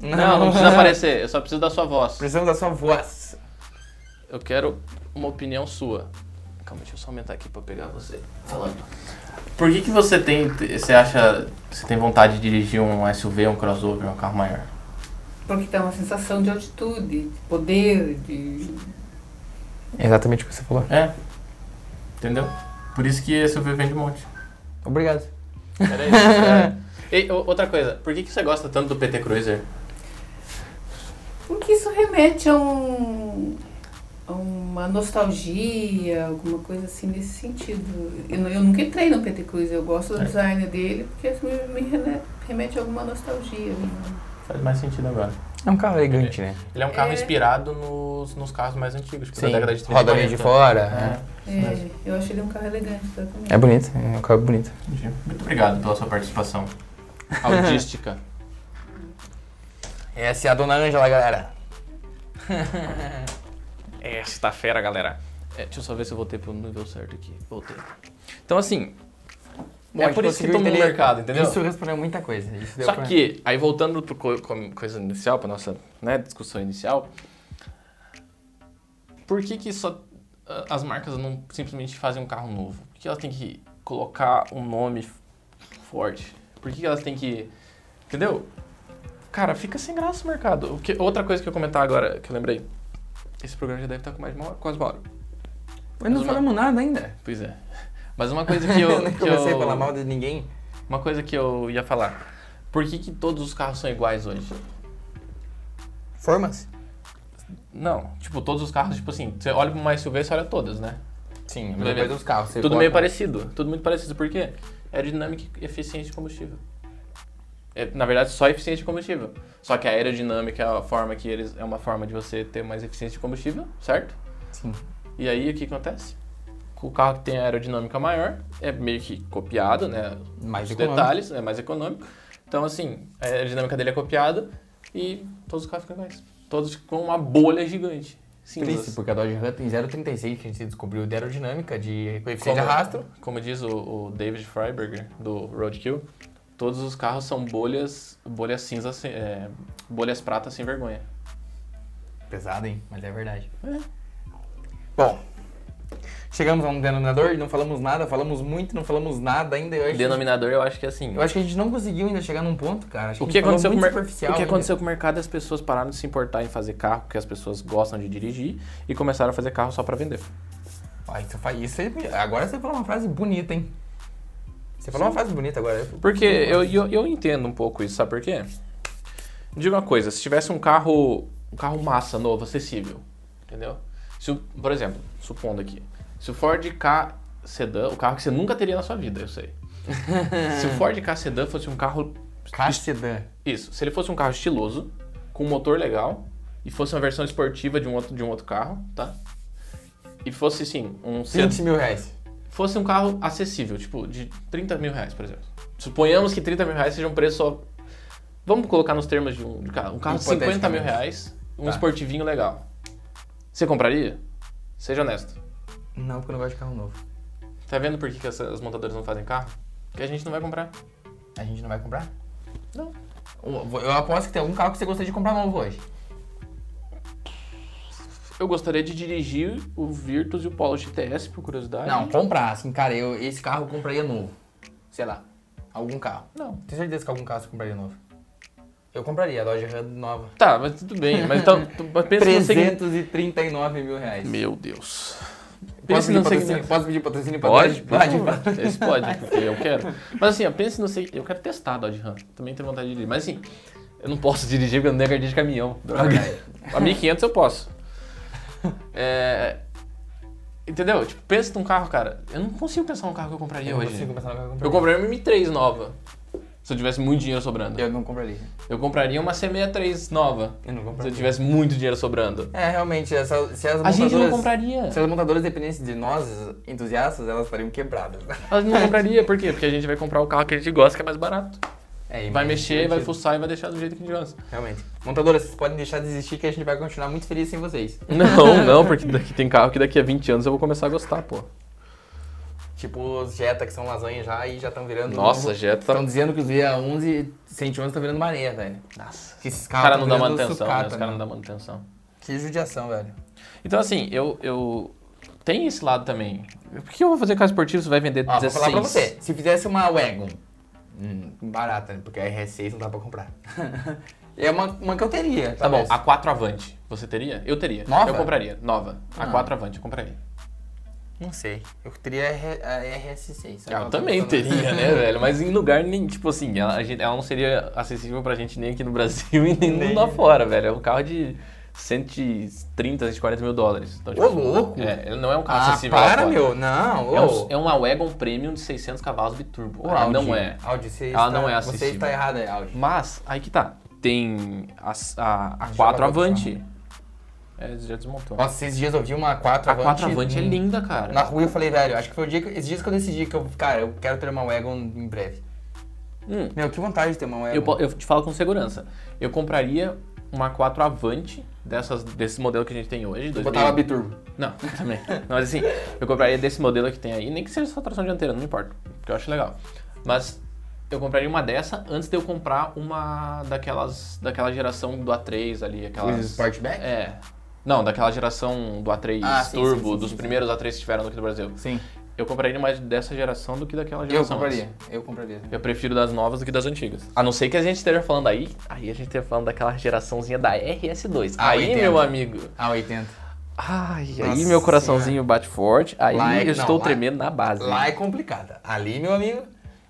Não, não precisa aparecer, eu só preciso da sua voz.
Precisamos da sua voz.
Eu quero uma opinião sua. Calma, deixa eu só aumentar aqui pra eu pegar você falando. Por que, que você tem. Você acha. Você tem vontade de dirigir um SUV, um crossover, um carro maior?
Porque Então, tem uma sensação de altitude, de poder, de.
Exatamente o que você falou.
É. Entendeu? Por isso que SUV vende um monte.
Obrigado.
Era isso. era. E, o- outra coisa, por que, que você gosta tanto do PT Cruiser?
Porque isso remete a um. a uma nostalgia, alguma coisa assim nesse sentido. Eu, não- eu nunca entrei no PT Cruz, eu gosto do
É.
design dele, porque isso me, me rene- remete a alguma nostalgia. né?
Faz mais sentido agora.
É um carro elegante, né?
Ele é um carro
É.
inspirado nos, nos carros mais antigos, tipo,
Sim,
da década de 30
roda meio de fora.
É.
É, eu achei ele um carro elegante, exatamente.
É. é bonito, é um carro bonito.
Entendi. Muito obrigado pela sua participação. Audística.
Essa é a Dona Ângela, galera.
Esta É, tá fera, galera. É, deixa eu só ver se eu voltei pro nível certo aqui. Voltei. Então, assim.
Bom, a
é
gente
por isso que
conseguiu
tomou no
entender-
mercado, entendeu?
Isso respondeu muita coisa. Isso deu
Só
pra-
que, aí voltando para coisa inicial, para nossa né, discussão inicial, por que que só ah, as marcas não simplesmente fazem um carro novo? Por que elas têm que colocar um nome f- forte? Por que que elas têm que... Entendeu? Cara, fica sem graça o mercado. O que- outra coisa que eu ia comentar agora, que eu lembrei. Esse programa já deve estar com mais de uma hora, quase uma hora.
Mas não
Mas uma-
falamos nada ainda.
Pois é. Mas uma coisa que eu...
nem
que
comecei
eu-
a falar mal de ninguém.
Uma coisa que eu ia falar. Por que que todos os carros são iguais hoje?
Formas?
Não, tipo, todos os carros, tipo assim, você olha pra uma SUV, você olha todas, né?
Sim, a
Vai
mesma
ver.
coisa dos carros. Você
tudo
coloca-
meio parecido, tudo muito parecido. Por quê? É aerodinâmica e eficiência de combustível. É, na verdade, só eficiência de combustível. Só que a aerodinâmica é a forma que eles. É uma forma de você ter mais eficiência de combustível, certo?
Sim.
E aí o que acontece? O carro que tem a aerodinâmica maior é meio que copiado, né?
Mais
Os
econômico.
detalhes, é mais econômico. Então, assim, a aerodinâmica dele é copiada e todos os carros ficam iguais. Todos com uma bolha gigante. Simples.
Triste, porque a Dodge Ram tem 0,36 que a gente descobriu de aerodinâmica, de coeficiente de
Como-
arrasto.
Como diz o, o David Freiberger, do Roadkill, todos os carros são bolhas, bolhas cinzas, sem- é, bolhas pratas sem vergonha.
Pesado, hein? Mas é verdade. Bom, chegamos a um denominador e não falamos nada, falamos muito, não falamos nada ainda. Eu acho,
Denominador, eu acho que é assim.
eu acho que a gente não conseguiu ainda chegar num ponto, cara. Acho
O que,
que, a gente falou
aconteceu com o
muito
mer-
superficial né?
o que
ainda.
aconteceu com o mercado é as pessoas pararam de se importar em fazer carro, porque as pessoas gostam de dirigir, e começaram a fazer carro só pra vender.
Ah, isso faz- isso aí- agora você falou uma frase bonita, hein? Você falou uma frase bonita agora.
Porque eu, eu, eu entendo um pouco isso, sabe por quê? Diga uma coisa, se tivesse um carro, um carro massa novo, acessível, entendeu? Se, o- por exemplo, supondo aqui, se o Ford K Sedan, o carro que você nunca teria na sua vida, eu sei. se o Ford K Sedan fosse um carro
Cassidã.
isso, se ele fosse um carro estiloso, com um motor legal, e fosse uma versão esportiva de um outro, de um outro carro, tá? E fosse, sim, um
20
sedã,
mil reais.
fosse um carro acessível, tipo, de 30 mil reais, por exemplo. Suponhamos que 30 mil reais seja um preço só... Vamos colocar nos termos de um de carro. Um carro de 50 mil
Hipoteticamente.
reais, um
né? Tá.
esportivinho legal. Você compraria? Seja honesto.
Não, porque eu não gosto de carro novo.
Tá vendo por que, que as, as montadoras não fazem carro? Porque a gente não vai comprar.
A gente não vai comprar?
Não.
Eu aposto que tem algum carro que você gostaria de comprar novo hoje.
Eu gostaria de dirigir o Virtus e o Polo GTS, por curiosidade.
Não, comprar, assim, cara, eu, esse carro eu compraria novo. Sei lá, algum carro. Não, tenho certeza que algum carro você compraria novo. Eu compraria a Dodge Ram nova.
Tá, mas tudo bem. Mas, então, tu- mas pensa no segmento.
339 mil reais.
Meu Deus.
Posso
Pense no
pedir, patrocínio,
segmento.
posso pedir patrocínio pra
Pode,
Dodge?
pode, pode. Esse pode, porque eu quero. Mas assim, ó, pense no segmento. Eu quero testar a Dodge Ram. Também tenho vontade de dirigir. Mas assim, eu não posso dirigir porque eu não tenho carteira de caminhão. Droga. A 1500 eu posso. É, Entendeu? Tipo, pensa num carro, cara. Eu não consigo pensar num carro que eu compraria
Eu,
hoje.
consigo pensar no que eu
Eu
compraria.
compraria uma M3 nova. Se eu tivesse muito dinheiro sobrando. Eu,
eu não compraria.
compraria uma C63 nova.
Eu não
Se eu
compraria.
tivesse muito dinheiro sobrando.
É, realmente, essa, se as
A gente não
montadoras-
compraria.
Se as montadoras dependessem de nós, entusiastas, elas estariam quebradas.
A gente não compraria, por quê? Porque a gente vai comprar o carro que a gente gosta, que é mais barato.
É,
Vai
imagina,
mexer, vai
divertido.
fuçar e vai deixar do jeito que a gente gosta.
Realmente. Montadoras, vocês podem deixar de existir que a gente vai continuar muito feliz sem vocês.
Não, não, porque daqui tem carro que daqui a 20 anos eu vou começar a gostar, pô.
Tipo os Jetta que são lasanha já e já estão virando.
Nossa, Jetta
Estão
tá...
dizendo que os VA11 111 estão virando maré, velho.
Nossa.
Que esses
Os
caras
caras
tão
não dão
virando
manutenção, né?
sucata,
Os caras não dão manutenção.
Que judiação, velho.
Então, assim, eu... eu... Tem esse lado também. Por que eu vou fazer carro esportivo se vai vender
Ó,
16?
vou falar pra você. Se fizesse uma Wagon, hum, barata, né? Porque a RS6 não dá pra comprar. é uma, uma que eu teria.
Tá bom,
talvez.
a 4 Avante, você teria? Eu teria.
Nova?
Eu compraria, nova.
Ah.
A 4 Avante, eu compraria.
Não sei. Eu teria a R- a RS6. só que
Ah, Eu,
ela tá
também
funcionando.
teria, né, velho? Mas em lugar nem, tipo assim, ela, a gente- ela não seria acessível pra gente nem aqui no Brasil e nem,
Nem.
lá fora, velho. É um carro de 130, 140 mil dólares. Então,
Ô, louco!
É, ele não é um carro
Ah,
acessível lá
para,
fora.
meu. Não,
É,
ô.
um, é uma Wagon Premium de 600 cavalos biturbo.
Ô,
Ela
Audi.
não é.
Audi, você
Ela
está,
não é
Você está
acessível.
errado aí, Audi.
Mas, aí que tá. Tem a, a, a
Já
4
acabou de
Avante. É, já desmontou.
Nossa, esses dias eu vi uma 4
a 4 Avante é linda, cara.
Hum. Na rua eu falei, velho, acho que foi o dia que, esses dias que eu decidi que eu, cara, eu quero ter uma Wagon em breve.
Hum.
Meu, que vontade de ter uma Wagon.
Eu, po- eu te falo com segurança. Eu compraria uma 4 Avante dessas, desse modelo que a gente tem hoje. 2000.
botava biturbo.
um. Não, também. Não, mas assim, eu compraria desse modelo que tem aí, nem que seja só tração dianteira, não importa, porque eu acho legal. Mas eu compraria uma dessa antes de eu comprar uma daquelas daquela geração do A3 ali, aquelas
Os Sportback?
É. Não, daquela geração do A3
Ah, sim,
Turbo,
sim, sim,
dos
sim,
primeiros A3 que tiveram aqui no Brasil.
Sim.
Eu compraria mais dessa geração do que daquela
Eu
geração. antes.
compraria. Eu compraria.
Eu prefiro das novas do que das antigas. A não ser que a gente esteja falando aí, aí a gente esteja falando daquela geraçãozinha da RS2.
Ah,
aí,
entendo.
meu amigo.
A 80.
Ai, aí
Nossa
meu coraçãozinho bate forte. Aí
Lá é-
eu
não,
estou
lá-
tremendo na base.
Lá é complicada. Ali, meu amigo,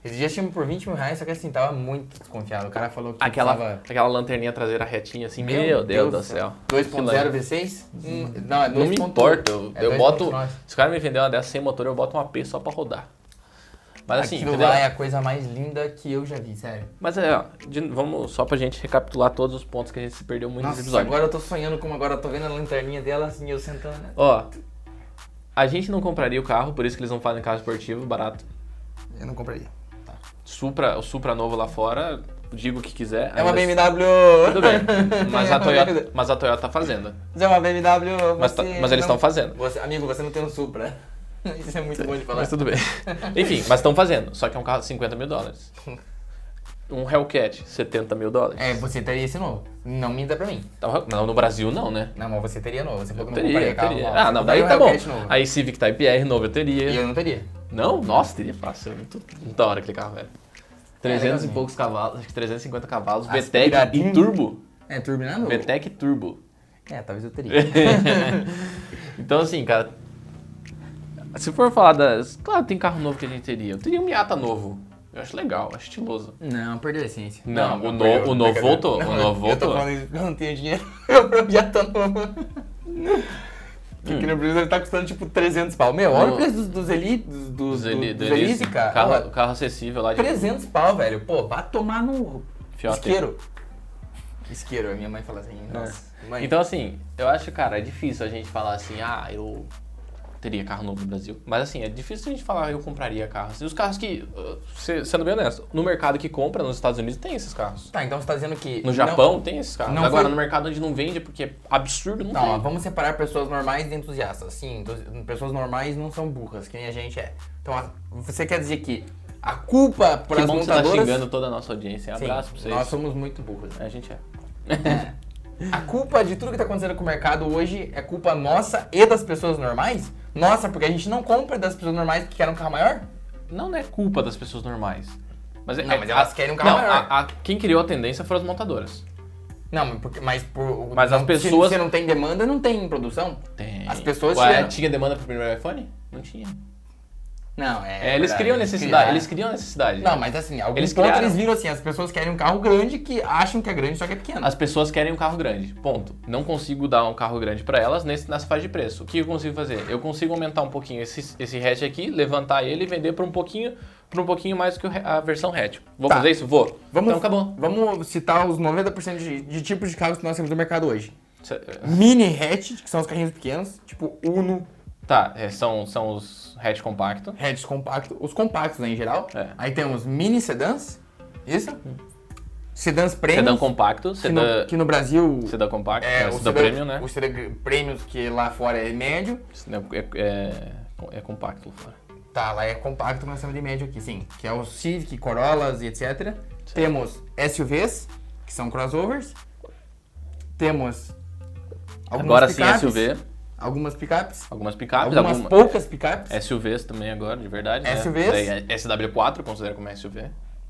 esses dias tinha por 20 mil reais, só que assim, tava muito desconfiado. O cara falou que
aquela,
precisava-
aquela lanterninha traseira retinha assim, meu, Deus, do céu. Que
2.0
lã-
V6? Hum, Não, é 2.0.
Não me importa, eu,
É
eu
2.9.
boto. Se o cara me vender uma dessa sem motor, eu boto um AP só pra rodar. Mas assim,
Aquilo
entendeu?
lá é a coisa mais linda que eu já vi, sério.
Mas é, ó, de- vamos só pra gente recapitular todos os pontos que a gente se perdeu muito nesse
Nossa,
episódio.
agora eu tô sonhando como agora eu tô vendo a lanterninha dela assim, eu sentando. né?
Ó, a gente não compraria o carro, por isso que eles não fazem carro esportivo barato.
Eu não compraria.
Supra, o Supra novo lá fora, digo o que quiser.
É uma
ainda- assim,
BMW!
Tudo bem, mas
É
a
uma
Toyota,
BMW.
mas a Toyota tá fazendo.
Mas é uma BMW.
Mas, tá-
você
mas eles
não-
estão fazendo.
Você, amigo, você não tem um Supra. Isso é muito bom de falar.
Mas tudo bem. Enfim, mas estão fazendo. Só que é um carro de 50 mil dólares. Um Hellcat, 70 mil dólares.
É, você teria esse novo. Não minta pra mim.
Então, não, no Brasil não, né?
Não, mas você teria novo. Você falou que não
Teria,
compraria carro
teria.
novo.
Ah,
Você
não, daí
compraria
tá
um
bom.
Hellcat novo.
Aí Civic Type R novo eu
E
teria.
eu não teria.
Não? Nossa, teria fácil. é Muito da hora aquele carro, velho. 300 e
É legalzinho.
poucos cavalos, acho que 350 cavalos, VTEC
Aspiradinho.
e turbo.
É, turbinado?
VTEC e turbo.
É, talvez eu teria.
Então, assim, cara. Se for falar das. Claro, tem carro novo que a gente teria. Eu teria um Miata novo. Eu acho legal, acho estiloso.
não, perdeu a essência.
Não, o,
eu-
no-
eu-
o novo
brincadeira.
voltou.
Não,
o novo
Eu tô
voltou.
falando isso porque eu não tenho dinheiro pra um Miata novo. Porque no Brasil ele tá custando tipo 300 pau. Meu, olha o
No-
preço dos, dos Elite, dos, dos,
Dos Eli-
dos
do
Elise,
Elise.
cara.
Carro,
Olha,
carro acessível lá de
300 pau, velho. Pô, vá tomar no
Fiota.
isqueiro. Isqueiro, a minha mãe fala assim. Nossa, mãe.
Então, assim, eu acho, cara, é difícil a gente falar assim, ah, eu teria carro novo no Brasil. Mas, assim, é difícil a gente falar, eu compraria carro. Assim, os carros que, uh, se- sendo bem honesto, no mercado que compra nos Estados Unidos tem esses carros.
Tá, então você tá dizendo que.
No
não-
Japão tem esses carros.
não
Agora,
foi-
no mercado onde não vende, porque é absurdo, não,
Não, tá, ó,
tem.
vamos separar pessoas normais de entusiastas. Sim, entus- pessoas normais não são burras, que nem a gente é. Então, a- você Então, quer dizer que A culpa
Que
para as
bom que você tá
montadoras...
xingando toda a nossa audiência.
Sim,
Abraço pra vocês.
Nós somos muito burros.
A gente é.
A culpa de tudo que tá acontecendo com o mercado hoje é culpa nossa e das pessoas normais? Nossa, porque a gente não compra das pessoas normais que querem um carro maior?
Não não é culpa das pessoas normais. Mas, é-
Não,
é-
mas elas querem um carro
não,
maior.
a- a- quem criou a tendência foram as montadoras.
Não, mas porque, mas, por,
Mas as
não-
pessoas-
Se, se não tem demanda, não tem produção?
Tem.
As pessoas
Ué,
tiveram-
tinha demanda pro primeiro iPhone? Não tinha.
Não, é...
É, eles
verdade,
criam necessidade.
criaram.
Eles criam necessidade.
Não, mas assim, alguns
Eles
eles pontos
criaram.
eles viram assim, as pessoas querem um carro grande que acham que é grande, só que é pequeno.
As pessoas querem um carro grande. Ponto. Não consigo dar um carro grande pra elas nesse, nessa faixa de preço. O que eu consigo fazer? Eu consigo aumentar um pouquinho esse, esse hatch aqui, levantar ele e vender pra um pouquinho, pra um pouquinho mais que o re- a versão hatch. Vou
Tá.
fazer isso? Vou.
Vamos,
Então acabou.
vamos citar os 90% de, de tipos de carros que nós temos no mercado hoje.
Cê-
Mini hatch, que são os carrinhos pequenos, tipo Uno,
Tá, é, são, são os hatch compacto.
hatch compacto, os compactos né, em geral.
É.
Aí temos mini sedãs, isso? Sedãs premium,
Sedã compacto,
que, no-
sedã,
que no Brasil
sedã compacto,
é,
é,
o
sedã premium, né?
O sedã premium que lá fora é médio,
Sedã É, é, é compacto lá fora.
Tá, lá é compacto, mas estamos de médio aqui, sim. Que é o Civic, Corollas e etc. Temos SUVs, que são crossovers. Temos algumas
Agora sim, é
picapes,
SUV,
Algumas picapes.
algumas picapes, É.
Algumas
algumas
poucas picapes.
SUVs também agora, de verdade.
SUVs?
Né? Daí, é SW4 considera como SUV.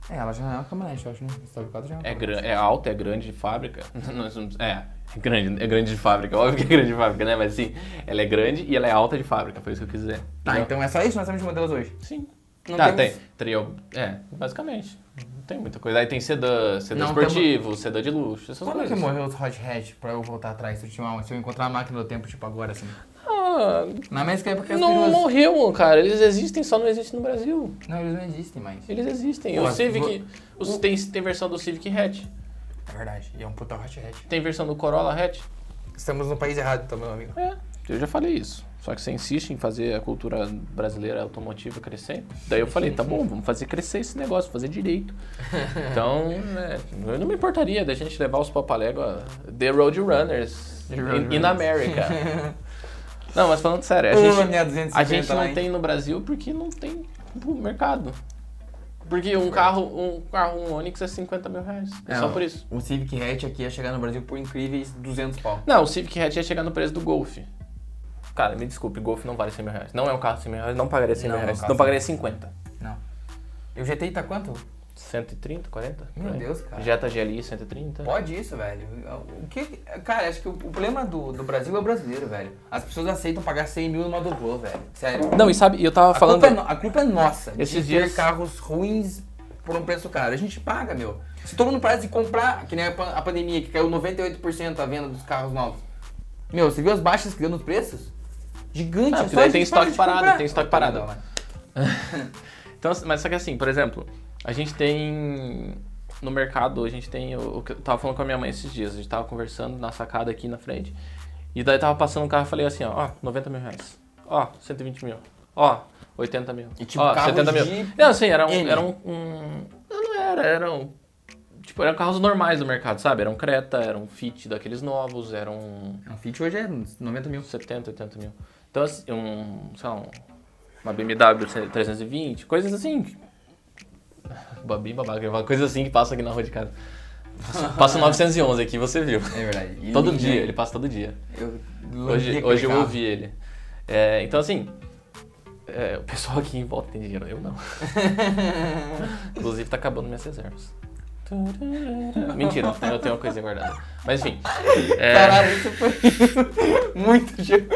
É, ela já é uma caminhonete, eu acho, né? SW4 já é uma
É,
caminhonete.
gran- é alta, é grande de fábrica. Nós somos- é, é grande, é grande de fábrica. Óbvio que é grande de fábrica, né? Mas sim, ela é grande e ela é alta de fábrica, foi isso que eu quis dizer.
Tá,
Entendeu?
então é só isso que nós temos de modelos hoje.
Sim.
Não
tá,
temos-
tem. Trio. É, basicamente. Não tem muita coisa. Aí tem sedã, sedã
Não,
esportivo, sedã de luxo, essas
Quando é que
coisas.
morreu os Hot Hatch pra eu voltar atrás? Se eu, tinha uma- se eu encontrar a máquina do tempo, tipo agora, assim.
Ah,
Na mesma época que as
não
perus-
morreu, cara. Eles existem, só não existem no Brasil.
Não, eles não existem mais. É
Eles existem.
Pô,
o
mas
Civic. os- tem, tem versão do Civic Hatch.
É verdade, e é um puta Hot Hatch.
Tem versão do Corolla Hatch.
Estamos no país errado, então, meu amigo.
É, eu já falei isso. Só que você insiste em fazer a cultura brasileira automotiva crescer. Daí eu falei, tá bom, vamos fazer crescer esse negócio, fazer direito. Então, né, eu não me importaria da gente levar os papalégua The Road Runners
The Road
in, in
Runners.
America. não, mas falando sério, a
Ô,
gente,
minha
a
250
gente
lá,
não
hein?
tem no Brasil porque não tem o mercado. Porque um carro, um carro, um Onix é 50 mil reais. É,
É,
só
o-
por isso.
O Civic Hatch aqui ia chegar no Brasil por incríveis 200 pau.
Não, o Civic Hatch ia chegar no preço do Golf. Cara, me desculpe, Golf não vale 100 mil reais. Não é um carro de 100 mil reais, não pagaria 100
Não,
mil
é
reais.
um carro
Não
de
pagaria 50.
Não. E o GTI tá quanto?
130, 40?
Meu Deus, cara.
Jetta GLI 130.
Pode isso, velho. O que... Cara, acho que o o problema do, do Brasil é o brasileiro, velho. As pessoas aceitam pagar 100 mil numa Doblô, velho. Sério.
Não, e sabe, eu tava
A,
Tá falando...
culpa é, no- a culpa é nossa
Esses
de ter
dias-
carros ruins por um preço caro. A gente paga, meu. Se todo mundo para de comprar, que nem a pan- a pandemia, que caiu 98% a venda dos carros novos. Meu, você viu as baixas que deu nos preços? Gigante.
Ah,
é
porque
só a
daí tem
gente parar
estoque
de
parado,
comprar.
tem estoque
Olha,
parado.
não, mano.
Então, mas só que assim, por exemplo, a gente tem no mercado, a gente tem o, o que eu tava falando com a minha mãe esses dias, a gente tava conversando na sacada aqui na frente. E daí tava passando um carro e falei assim, ó, ó, 90 mil reais. Ó, 120 mil. Ó, 80 mil.
E, tipo,
ó,
carros
70 mil.
de
Não, assim, era um.
M.
Era um, um- Não, não era, era um. Tipo, eram carros normais do mercado, sabe? Era um Creta, era um Fit daqueles novos, era um
Um Fit hoje é uns 90 mil.
70, 80 mil. Então, assim, um, sei lá, um- uma BMW 320, coisas assim. que- Babi babaca, uma coisa assim que passa aqui na rua de casa. Passa- Passa o 911 aqui, você viu.
É verdade. E
Todo
ninguém-
dia, ele passa todo dia.
Eu lambi
Hoje,
aquele
hoje eu
carro.
ouvi ele. É, então, assim, é, o pessoal aqui em volta tem dinheiro, eu não. Inclusive, tá acabando minhas reservas. Mentira, eu tenho- eu tenho uma coisinha guardada. Mas, enfim. é,
Caralho, isso foi muito tipo.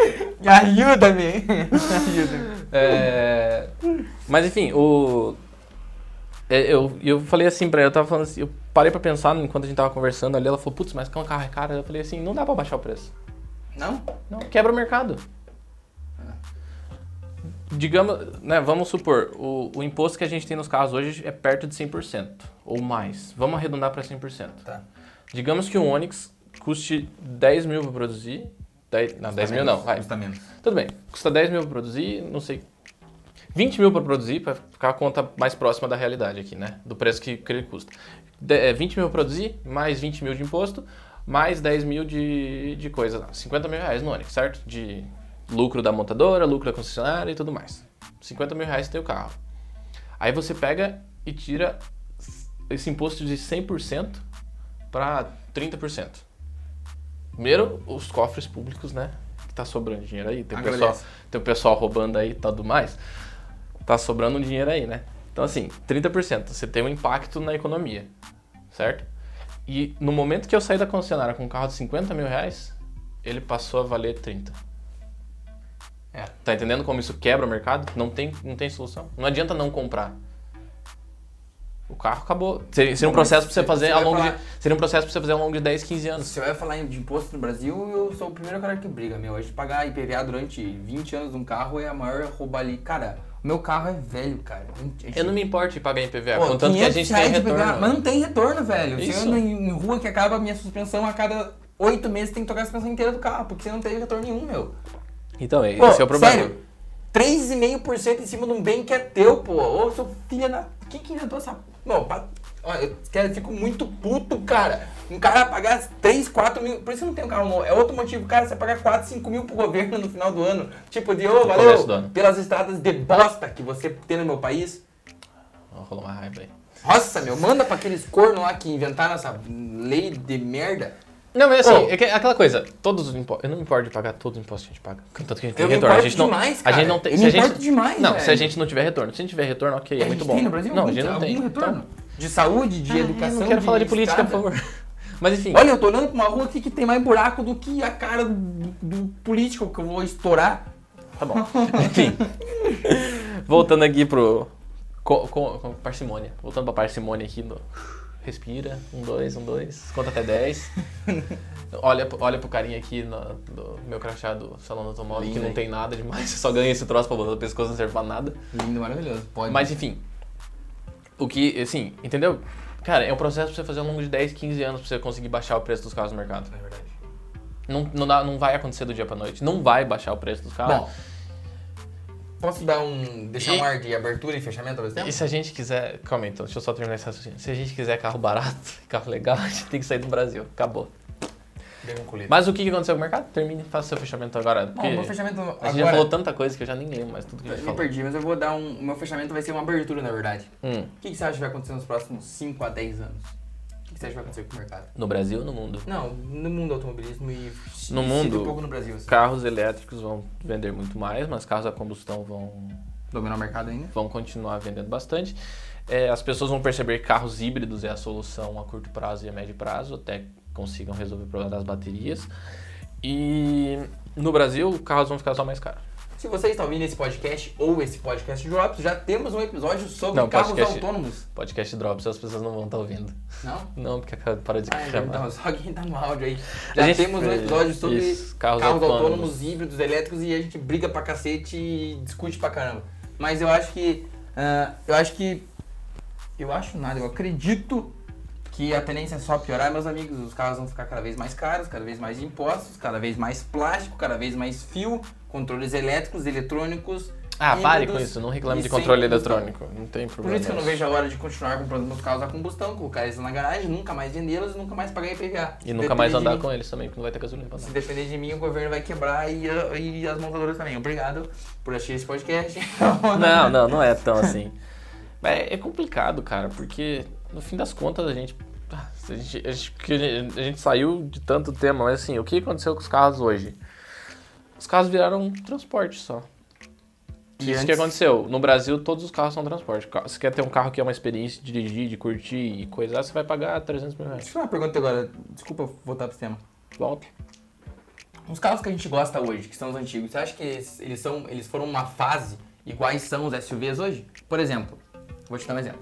Ajuda-me! Ajuda-me.
É, Mas enfim, o. é, Eu, eu falei assim pra ela, eu tava falando assim, eu parei pra pensar enquanto a gente tava conversando ali, ela falou, putz, mas carro é caro. Eu falei assim, não dá pra baixar o preço.
Não?
Não, quebra o mercado. Digamos, né, vamos supor, o, o imposto que a gente tem nos carros hoje é perto de 100%, ou mais. Vamos arredondar pra 100%.
Tá.
Digamos que um Onix custe 10 mil pra produzir, 10, não, 10 mil não, vai,
Custa menos.
tudo bem, custa 10 mil pra produzir, não sei. 20 mil pra produzir, pra ficar a conta mais próxima da realidade aqui, né? Do preço que, que ele custa. De, é, 20 mil pra produzir, mais 20 mil de imposto, mais 10 mil de, de coisa. 50 mil reais no Onix, certo? De lucro da montadora, lucro da concessionária e tudo mais. 50 mil reais tem o carro. Aí você pega e tira esse imposto de 100% para 30%. Primeiro, os cofres públicos, né? Que tá sobrando dinheiro aí. Tem o pessoal,
Agradece.
tem o pessoal roubando aí e tudo mais. Tá sobrando um dinheiro aí, né? Então, assim, 30%. Você tem um impacto na economia, certo? E no momento que eu saí da concessionária com um carro de 50 mil reais, ele passou a valer 30.
É.
Tá entendendo como isso quebra o mercado? Não tem, não tem solução. Não adianta não comprar. O carro acabou. Seria, seria um
Não, mas
processo pra você
você-
fazer
você
ao
vai
longo de,
falar-
seria um processo pra você fazer ao longo de 10, 15 anos.
Você vai falar em- de imposto no Brasil, eu sou o primeiro cara que briga, meu. A gente pagar IPVA durante 20 anos de um carro é a maior rouba ali. Cara, o meu carro é velho, cara. A gente-
Eu não me importo de pagar IPVA,
Pô,
É, contanto que a
500
gente
reais
tem
de IPVA,
retorno.
Mas não tem retorno, velho.
Isso.
Você anda em em rua que acaba a minha suspensão a cada 8 meses, tem que trocar a suspensão inteira do carro, porque você não teve retorno nenhum, meu.
Então, é-
Pô,
esse é o problema.
Sério, 3,5% em cima de um bem que é teu, pô. Ô, seu filho da. Quem que inventou essa. Não, pa- Ó, eu quero- eu fico muito puto, cara. Um cara pagar 3, 4 mil. Por isso eu não tem um carro novo. É outro motivo, cara, você pagar 4, 5 mil pro governo no final do ano. Tipo, de ô,
começo do ano.
valeu pelas estradas de bosta que você tem no meu país.
Ó, Rolou uma raiva aí.
Nossa, meu, manda pra aqueles corno lá que inventaram essa lei de merda.
Não, mas assim,
Ô.
é que- é aquela coisa, todos os impostos. Eu não me importo de pagar todos os impostos que a gente paga. Contanto que a gente tem
Eu me
retorno. A
importo
gente não,
demais,
a gente
cara.
não tem.
Eu
se
me
a gente-
importo demais,
Não, se a
velho.
gente não tiver retorno. Se a gente tiver retorno, ok, é
a
muito
gente
bom.
tem no Brasil
não,
algum,
a gente não
algum
tem.
retorno.
Então,
De saúde, de
eu
educação.
não quero falar de política,
estrada.
por favor. Mas enfim.
Olha, eu tô olhando pra uma rua aqui que tem mais buraco do que a cara do, do político que eu vou estourar.
Tá bom. Enfim. Voltando aqui pro. Co, co- co- parcimônia. Voltando pra parcimônia aqui. No, respira. Um, dois, um, dois. Conta até dez. Olha, pro- olha pro carinha aqui no, do meu crachá do salão do automóvel
Lindo,
que não
hein?
tem nada demais. Você só ganha esse troço pra botar no pescoço, não serve pra nada.
Lindo, maravilhoso. Pode.
Mas enfim. O que, assim, entendeu? Cara, é um processo pra você fazer ao longo de 10, 15 anos pra você conseguir baixar o preço dos carros no mercado.
É verdade.
Não, não, dá- não vai acontecer do dia pra noite. Não vai baixar o preço dos carros.
Bom. Tá. Posso dar um. deixar
E-
um ar de abertura e fechamento ao mesmo tempo?
E se a gente quiser. Calma aí, então, deixa eu só terminar esse raciocínio. Se a gente quiser carro barato, carro legal, a gente tem que sair do Brasil. Acabou.
Dei um colírio.
Mas o que que aconteceu com o mercado? Termine, faça seu fechamento agora. Porque
Bom, meu fechamento
a gente
agora.
já falou tanta coisa que eu já nem lembro mais tudo que a gente
Eu me
falou.
perdi, mas eu vou dar um. O meu fechamento vai ser uma abertura, na verdade.
Hum,
O que, que você acha que vai acontecer nos próximos 5 a 10 anos? O que, que você acha que vai acontecer com o mercado?
no Brasil ou no mundo?
Não, no mundo automobilismo e se-
No
se
mundo?
um pouco no Brasil. Assim.
Carros elétricos vão vender muito mais, mas carros a combustão vão,
Dominar o mercado ainda?
vão continuar vendendo bastante. É, as pessoas vão perceber que carros híbridos é a solução a curto prazo e a médio prazo, até que consigam resolver o problema das baterias. E no Brasil, carros vão ficar só mais caros.
Se você está ouvindo esse podcast ou esse podcast Drops, já temos um episódio sobre
Não,
carros
podcast-
autônomos.
Podcast Drops, as pessoas não vão estar ouvindo.
Não?
Não, porque acaba- parou de
Ah,
reclamar.
então, só quem tá no áudio aí.
A
Já
gente-
temos um episódio sobre
isso, carros
carros,
autônomos.
autônomos. híbridos, elétricos e a gente briga pra cacete e discute pra caramba. Mas eu acho que. ah, eu acho que. Eu acho nada, eu acredito que a tendência é só piorar, meus amigos. Os carros vão ficar cada vez mais caros, cada vez mais impostos, cada vez mais plástico, cada vez mais fio, controles elétricos, eletrônicos.
Ah, pare com
híbridos
isso, não reclame
e
de
é sem
controle
combustão.
eletrônico. Não tem problema.
Por isso que eu não vejo a hora de continuar comprando meus carros a combustão, colocar eles na garagem, nunca mais vendê-los e nunca mais pagar IPVA.
E nunca mais andar com
eles.
eles também, porque não vai ter gasolina pra
Se
andar.
depender de mim, o governo vai quebrar e, e as montadoras também. Obrigado por assistir esse podcast. né?
Não, não, não é tão assim. Mas É, é complicado, cara, porque no fim das contas a gente. ah, A gente, a gente- que a gente- a gente saiu de tanto tema, mas assim, o que aconteceu com os carros hoje? Os carros viraram um transporte só.
E
Isso
antes-
que aconteceu. No Brasil, todos os carros são transporte. Ca- Se quer ter um carro que é uma experiência de dirigir, de curtir e coisar, você vai pagar 300 mil reais.
Deixa eu fazer uma pergunta agora. Desculpa voltar pro tema.
Volta.
Os carros que a gente gosta hoje, que são os antigos, você acha que eles, eles são, eles foram uma fase iguais são os SUVs hoje? Por exemplo, vou te dar um exemplo.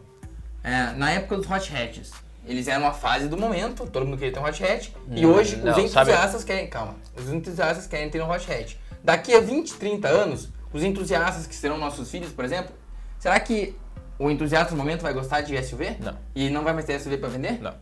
É, na época dos hot hatches, eles eram uma fase do momento, todo mundo queria ter um hot hatch, e
Hum,
hoje
não,
os
sabe-
entusiastas querem. Calma, os entusiastas querem ter um hot hatch. Daqui a 20, 30 anos, os entusiastas que serão nossos filhos, por exemplo, será que o entusiasta no momento vai gostar de SUV?
Não.
E não vai mais ter SUV pra vender?
Não.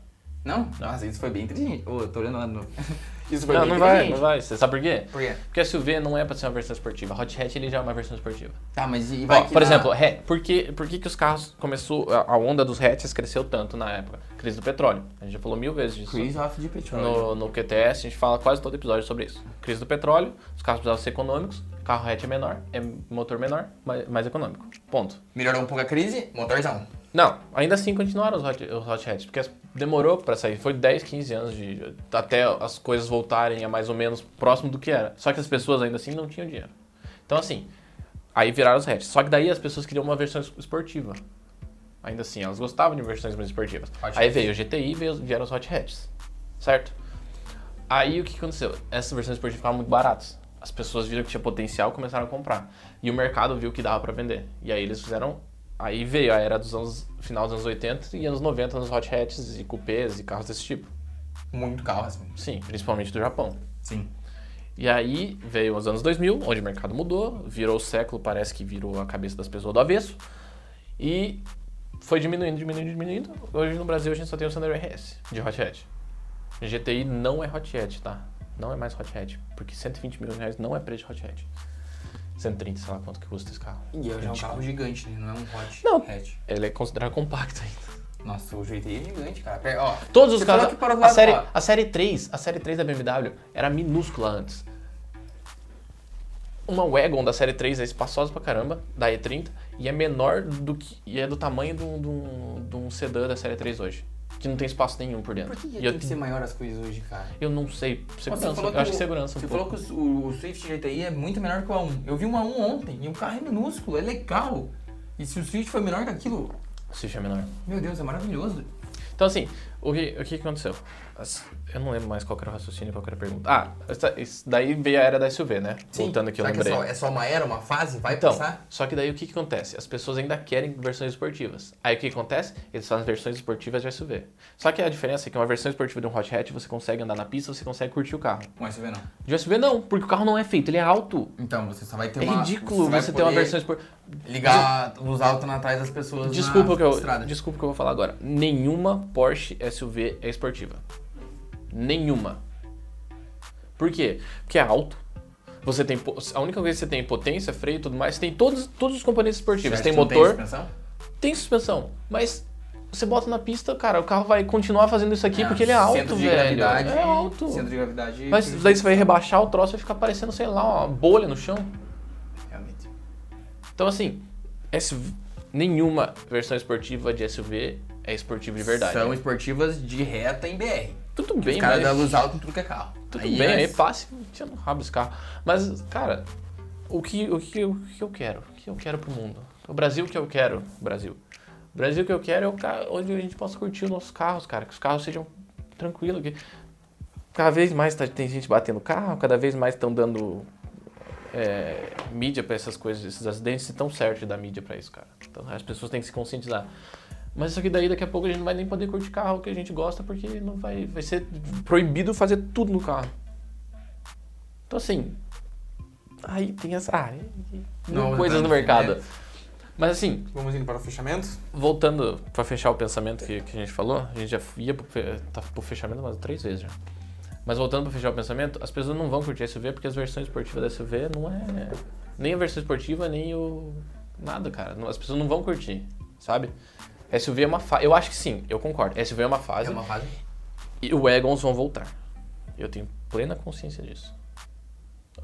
Não? Nossa, isso foi bem inteligente. Ô, eu tô olhando lá no. Isso foi
Não,
bem
não vai,
inteligente.
não vai. Você sabe por quê?
Por quê?
Porque SUV não é pra ser uma versão esportiva. Hot hatch ele já é uma versão esportiva.
Tá, mas e vai
Ó,
que
por
na-
exemplo, ré- por, que, por que, que os carros começou. A a onda dos hatches cresceu tanto na época? Crise do petróleo. A gente já falou mil vezes disso.
Cruise off de petróleo.
No, no QTS, a gente fala quase todo episódio sobre isso. Crise do petróleo, os carros precisavam ser econômicos, Carro hatch é menor, é motor menor, mais, mais econômico. Ponto.
Melhorou um pouco a crise, motorzão.
Não, ainda assim continuaram os hot, os hot hatch, porque as- demorou pra sair. Foi 10, 15 anos de até as coisas voltarem a mais ou menos próximo do que era. Só que as pessoas ainda assim não tinham dinheiro. Então assim, aí viraram os hatch. Só que daí as pessoas queriam uma versão es- esportiva. Ainda assim, elas gostavam de versões mais esportivas.
Hot
aí
hatch.
veio o GTI, veio, vieram os hot hatches, certo? Aí o que aconteceu? Essas versões esportivas ficavam muito baratas. As pessoas viram que tinha potencial e começaram a comprar. E o mercado viu que dava pra vender. E aí eles fizeram. Aí veio a era dos anos. final dos anos 80 e anos 90 nos hot hatches e cupês e carros desse tipo.
Muito carro, assim.
Sim, principalmente do Japão.
Sim.
E aí veio os anos 2000, onde o mercado mudou, virou o século, parece que virou a cabeça das pessoas do avesso. E foi diminuindo, diminuindo, diminuindo. Hoje no Brasil a gente só tem o Sandero RS de hot hatch. GTI não é hot hatch, tá? Não é mais hot hatch, porque 120 mil reais não é preço de hot hatch. 130, sei lá quanto que custa esse carro.
E hoje é um
Tipo,
carro gigante, né? Não é um hot
Não.
hatch.
Ele é considerado compacto ainda.
Nossa, o GTI é gigante, cara. Pera- Ó,
Todos os
você
carros.
falou que parou do
A
lado
série,
lá.
a série 3, a série 3 da BMW era minúscula antes. Uma Wagon da série 3 é espaçosa pra caramba, da E30, e é menor do que. e é do tamanho de um, de um- de um sedã da série 3 hoje. Que não tem espaço nenhum por dentro.
Por que, que
E
tem
eu,
que ser maior as coisas hoje, cara?
eu não sei. Segurança.
Você falou
eu acho
o-
que segurança. um
Você
pouco.
falou que o, o, o Swift GTI é muito menor que o A1. Eu vi um A1 ontem e o carro é minúsculo, é legal. E se o Swift foi menor que aquilo,
O Swift é menor.
meu Deus, é maravilhoso.
Então, assim, o que, o que que aconteceu? As- Eu não lembro mais qual que era o raciocínio, qual que era a pergunta. Ah, essa- isso daí veio a era da SUV, né? Voltando aqui, eu
Será que
lembrei.
é só, é só uma era, uma fase? Vai
Então,
passar?
só que daí o que, que acontece? As pessoas ainda querem versões esportivas. Aí o que que acontece? Eles fazem versões esportivas de SUV. Só que a diferença é que uma versão esportiva de um hot hatch você consegue andar na pista, você consegue curtir o carro.
Um SUV não.
De um SUV não, porque o carro não é feito, ele é alto.
Então, você só vai ter
É
uma...
ridículo
vai
você, ter uma
poder
versão esportiva.
Ligar os altos na trás das pessoas
Desculpa
na
o que eu,
estrada.
desculpa o que eu vou falar agora. Nenhuma Porsche SUV é esportiva. Nenhuma. Por quê? Porque é alto. Você tem po- a única coisa que você tem é potência, freio, e tudo mais, tem todos todos os componentes
Você
esportivos.
acha
Tem
que não
motor,
suspensão?
tem suspensão, mas você bota na pista, cara, o carro vai continuar fazendo isso aqui
É,
porque ele é alto,
centro de
velho.
Gravidade,
É alto.
Centro de gravidade...
Mas daí você vai rebaixar o troço e vai ficar parecendo, sei lá, uma bolha no chão.
Realmente.
Então, assim, SUV nenhuma versão esportiva de SUV é esportiva de verdade.
São esportivas de reta em BR.
Tudo
Os
bem,
caras
mas...
dão luz alta em tudo que é carro.
Tudo
Aí
bem,
é-
aí passe tinha no rabo esse carro. Mas, cara, o que, o, que, o que eu quero? O que eu quero pro mundo? O Brasil que eu quero, Brasil. O Brasil que eu quero é o ca- onde a gente possa curtir os nossos carros, cara. Que os carros sejam tranquilos. Que... Cada vez mais tá- tem gente batendo carro, cada vez mais estão dando é, mídia pra essas coisas, esses acidentes, e tão certo de dar mídia pra isso, cara. Então as pessoas têm que se conscientizar. Mas isso aqui daí, daqui a pouco a gente não vai nem poder curtir carro que a gente gosta, porque não vai, vai ser proibido fazer tudo no carro. Então assim, aí tem essa ah, e- e
Não,
mil coisas no
verdade,
mercado.
né?
Mas assim,
Vamos indo para o fechamento?
voltando pra fechar o pensamento que, que a gente falou, a gente já ia pro, fe- tá pro fechamento umas três vezes já. Mas voltando pra fechar o pensamento, as pessoas não vão curtir SUV porque as versões esportivas da SUV não é. Nem a versão esportiva, nem o. Nada, cara. Não- As pessoas não vão curtir, sabe? SUV é uma fase. Eu acho que sim, eu concordo. SUV é uma fase
É uma fase.
e o Wagons vão voltar. Eu tenho plena consciência disso.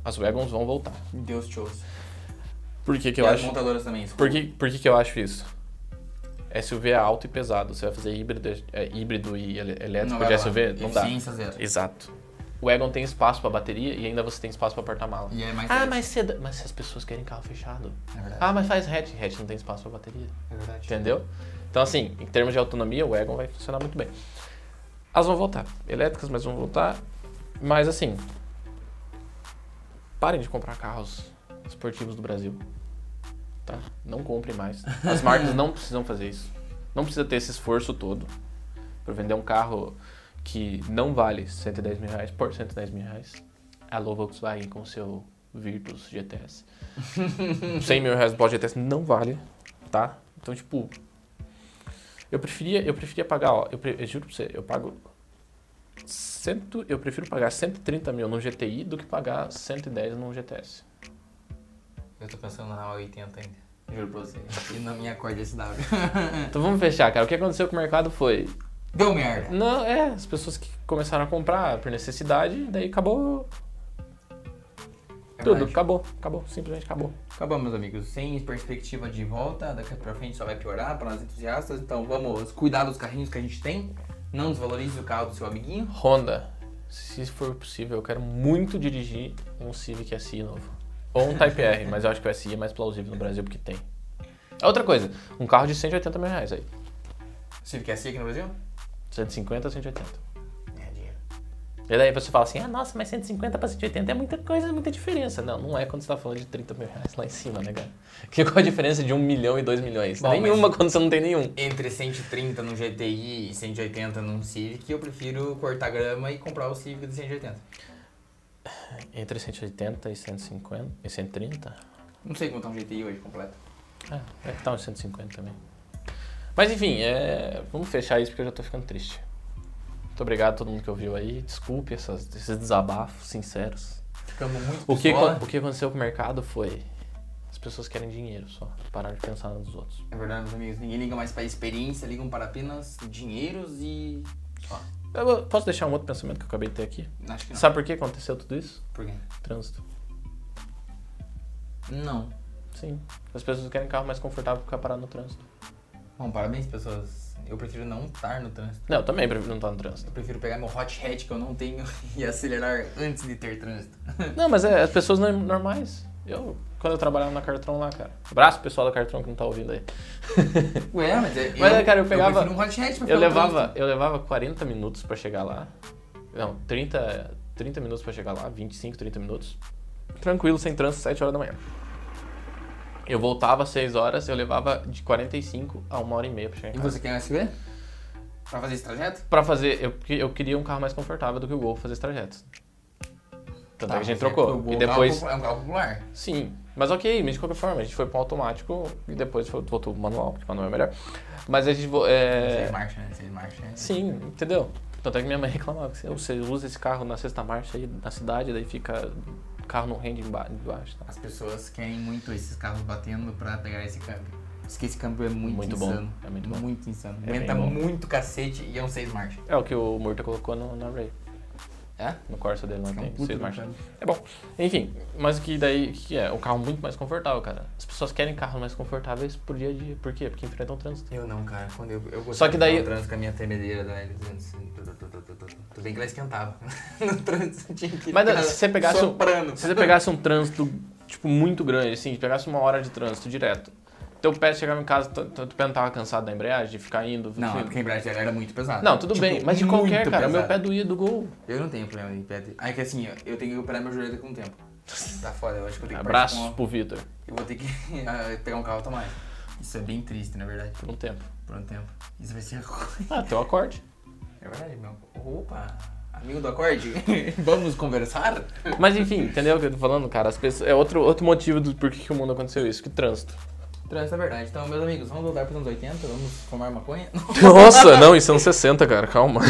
As Wagons vão voltar.
Deus te ouça.
Por que, que
e
eu
as
acho?
montadoras também. isso.
Por que, por que, que eu acho isso? SUV é alto e pesado. Você vai fazer híbrido, é, híbrido e ele-
Não
elétrico
vai
de
lá.
SUV? Não dá.
Eficiência zero.
Exato. O Egon tem espaço pra bateria e ainda você tem espaço pra porta-mala.
E é mais
Ah,
zero.
mas, sedã- mas se as pessoas querem carro fechado.
É verdade.
Ah, mas faz hatch. Hatch não tem espaço pra bateria.
É verdade.
Entendeu? Então, assim, em termos de autonomia, o Egon vai funcionar muito bem. Elas vão voltar. Elétricas, mas vão voltar. Mas, assim, parem de comprar carros esportivos do Brasil. Tá? Não comprem mais. As marcas não precisam fazer isso. Não precisa ter esse esforço todo para vender um carro que não vale 110 mil reais por 110 mil reais. Alô, Volkswagen com seu Virtus GTS. 100 mil reais do GTS não vale, tá? Então, tipo, eu preferia, eu preferia pagar, ó, eu, pre- eu juro pra você, eu pago. Cento, eu prefiro pagar 130 mil num GTI do que pagar 110 num GTS.
Eu tô pensando na 80 ainda. Juro pra você. E na minha corda SW.
Então vamos fechar, cara. O que aconteceu com o mercado foi.
Deu merda.
Não, é, as pessoas que começaram a comprar por necessidade, daí acabou.
É
Tudo,
Verdade.
acabou, acabou, simplesmente acabou.
Acabou, meus amigos. Sem perspectiva de volta, daqui pra frente só vai piorar para nós entusiastas. Então vamos cuidar dos carrinhos que a gente tem. Não desvalorize o carro do seu amiguinho.
Honda, se for possível, eu quero muito dirigir um Civic SI novo. Ou um Type R, mas eu acho que o SI é mais plausível no Brasil porque tem. É outra coisa, um carro de 180 mil reais aí.
Civic SI aqui no Brasil?
150 a 180.
É dinheiro.
E daí você fala assim, ah, nossa, mas 150 pra 180 é muita coisa, muita diferença. Não, não é quando você tá falando de 30 mil reais lá em cima, né, cara? Que qual a diferença de 1 milhão e 2 milhões?
Bom, mas-
Nenhuma quando você não tem nenhum.
Entre 130 num GTI e 180 num Civic, eu prefiro cortar grama e comprar o Civic de 180.
Entre 180 e 150 e 130?
Não sei como tá um GTI hoje completo.
É, é que tá uns 150 também. Mas enfim, é, vamos fechar isso porque eu já tô ficando triste. Muito obrigado a todo mundo que ouviu aí. Desculpe essas- esses desabafos sinceros.
Ficamos muito
O que,
pistola.
o que aconteceu com o mercado foi. As pessoas querem dinheiro só. Pararam de pensar nos outros.
É verdade, meus amigos. Ninguém liga mais pra experiência, ligam para apenas dinheiros e. Ó,
Eu vou- posso deixar um outro pensamento que eu acabei de ter aqui?
acho que não.
Sabe por que aconteceu tudo isso?
Por quê?
Trânsito.
Não.
Sim. As pessoas querem carro mais confortável pra ficar parado no trânsito.
Bom, parabéns, pessoas. Eu prefiro não estar no trânsito.
Não, eu também prefiro não estar no trânsito.
Eu prefiro pegar meu hot hatch que eu não tenho e acelerar antes de ter trânsito.
Não, mas é, as pessoas norm- normais. Eu, quando eu trabalhava na Cartron lá, cara. Abraço pro pessoal da Cartron que não tá ouvindo aí.
Ué, mas é.
Mas, cara, eu pegava-
prefiro um hot hatch pra
Eu
ficar no
levava,
trânsito.
eu levava 40 minutos pra chegar lá. Não, 30, 30 minutos pra chegar lá, 25, 30 minutos. Tranquilo, sem trânsito, 7 horas da manhã. Eu voltava às 6 horas, eu levava de 45 a 1 hora e meia pra chegar em
E
casa.
você quer um SUV? Pra fazer esse trajeto?
Pra fazer, eu, eu queria um carro mais confortável do que o Gol fazer esse trajeto. Tanto é que a gente trocou. E depois,
Tá, É um carro popular.
sim. Mas ok, mas de qualquer forma, a gente foi pro automático e depois foi, voltou pro manual, porque o manual é melhor. Mas a gente. vo-
Seis
É,
marchas, né? Seis marchas. né?
sim, entendeu? Tanto é que minha mãe reclamava que você- você usa esse carro na sexta marcha aí na cidade, daí fica. O carro não rende emba- embaixo. tá?
As pessoas querem muito esses carros batendo pra pegar esse câmbio. Diz que esse câmbio é muito,
Muito bom,
insano.
é muito bom.
insano.
É
Aguenta
bem bom.
muito cacete e é um seis marchas.
É o que o Murta colocou no, na Ray.
É?
No Corsa dele não
É um
tem
puto
seis
do
marchas.
câmbio.
É bom. Enfim, mas que daí o que é? Um carro muito mais confortável, cara. As pessoas querem carros mais confortáveis pro dia a dia. Por quê? Porque enfrentam o trânsito.
Eu não, cara. Quando eu, eu gostava
Só que daí-
de dar um trânsito com a minha tremedeira da Elis. Tudo bem que ela esquentava. no trânsito tinha que
Mas
ficar
se você pegasse um-
soprando.
Se você pegasse um trânsito, tipo, muito grande, assim, pegasse uma hora de trânsito direto, teu pé chegava em casa, tu, tu, teu pé não tava cansado da embreagem, de ficar indo.
Não, é
assim.
porque a embreagem dela era muito pesada.
Não, tudo
Tipo,
bem, mas de
muito
qualquer, cara, meu pé
pesada.
doía do gol.
Eu não tenho problema de pé. de- Ah, é que assim, ó, eu tenho que operar meu joelho com o tempo. Tá foda, eu acho que eu tenho que partir
Abraços
com-
pro Vitor,
Eu vou ter que ah, pegar um carro automático. Isso é bem triste, na verdade,
por um tempo.
por um tempo. Isso vai ser
Ah, teu acorde.
É verdade, meu. Opa! Amigo do acorde? Vamos conversar?
Mas enfim, entendeu o que eu tô falando, cara? As pessoas, é outro, outro motivo do porquê que o mundo aconteceu isso, que trânsito.
Trânsito é verdade. Então, meus amigos, vamos voltar para os anos 80, vamos fumar maconha?
Nossa, não, isso é uns 60, cara, calma.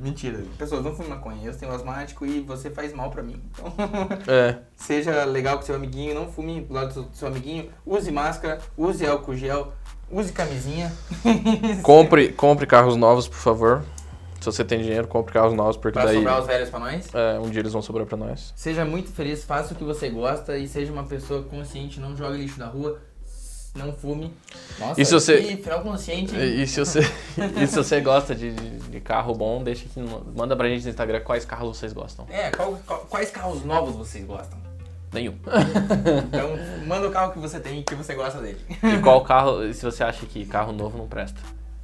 Mentira. Pessoas, não fumem maconha. Eu tenho asmático e você faz mal pra mim. Então,
É,
seja legal com seu amiguinho, não fume do lado do seu- do seu amiguinho. Use máscara, use álcool gel, use camisinha.
compre, compre carros novos, por favor. Se você tem dinheiro, compre carros novos, porque
Pra
daí
sobrar os velhos pra nós.
é, um dia eles vão sobrar pra nós.
Seja muito feliz, faça o que você gosta e seja uma pessoa consciente, não jogue lixo na rua, não fume. Nossa,
E se você-
que final consciente. hein?
E, e se você, e se você gosta de, de- de carro bom, deixa aqui, no- manda pra gente no Instagram quais carros vocês gostam.
É, qual- qual- quais carros novos vocês gostam?
Nenhum.
Então, manda o carro que você tem e que você gosta dele.
E qual carro, se você acha que carro novo não presta.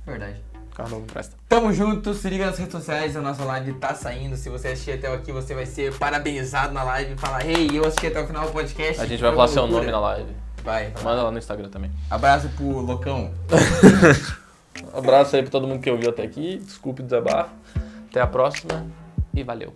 Verdade.
Carro novo não presta.
Tamo junto, se liga nas redes sociais, a nossa live tá saindo. Se você assistir até aqui, você vai ser parabenizado na live e falar, hey, eu assisti até o final do podcast.
A gente vai falar seu nome na
lá.
live.
Vai, vai.
Manda lá no Instagram também.
Abraço pro Locão.
Abraço aí pra todo mundo que ouviu até aqui. Desculpe o desabafo. Até a próxima e valeu.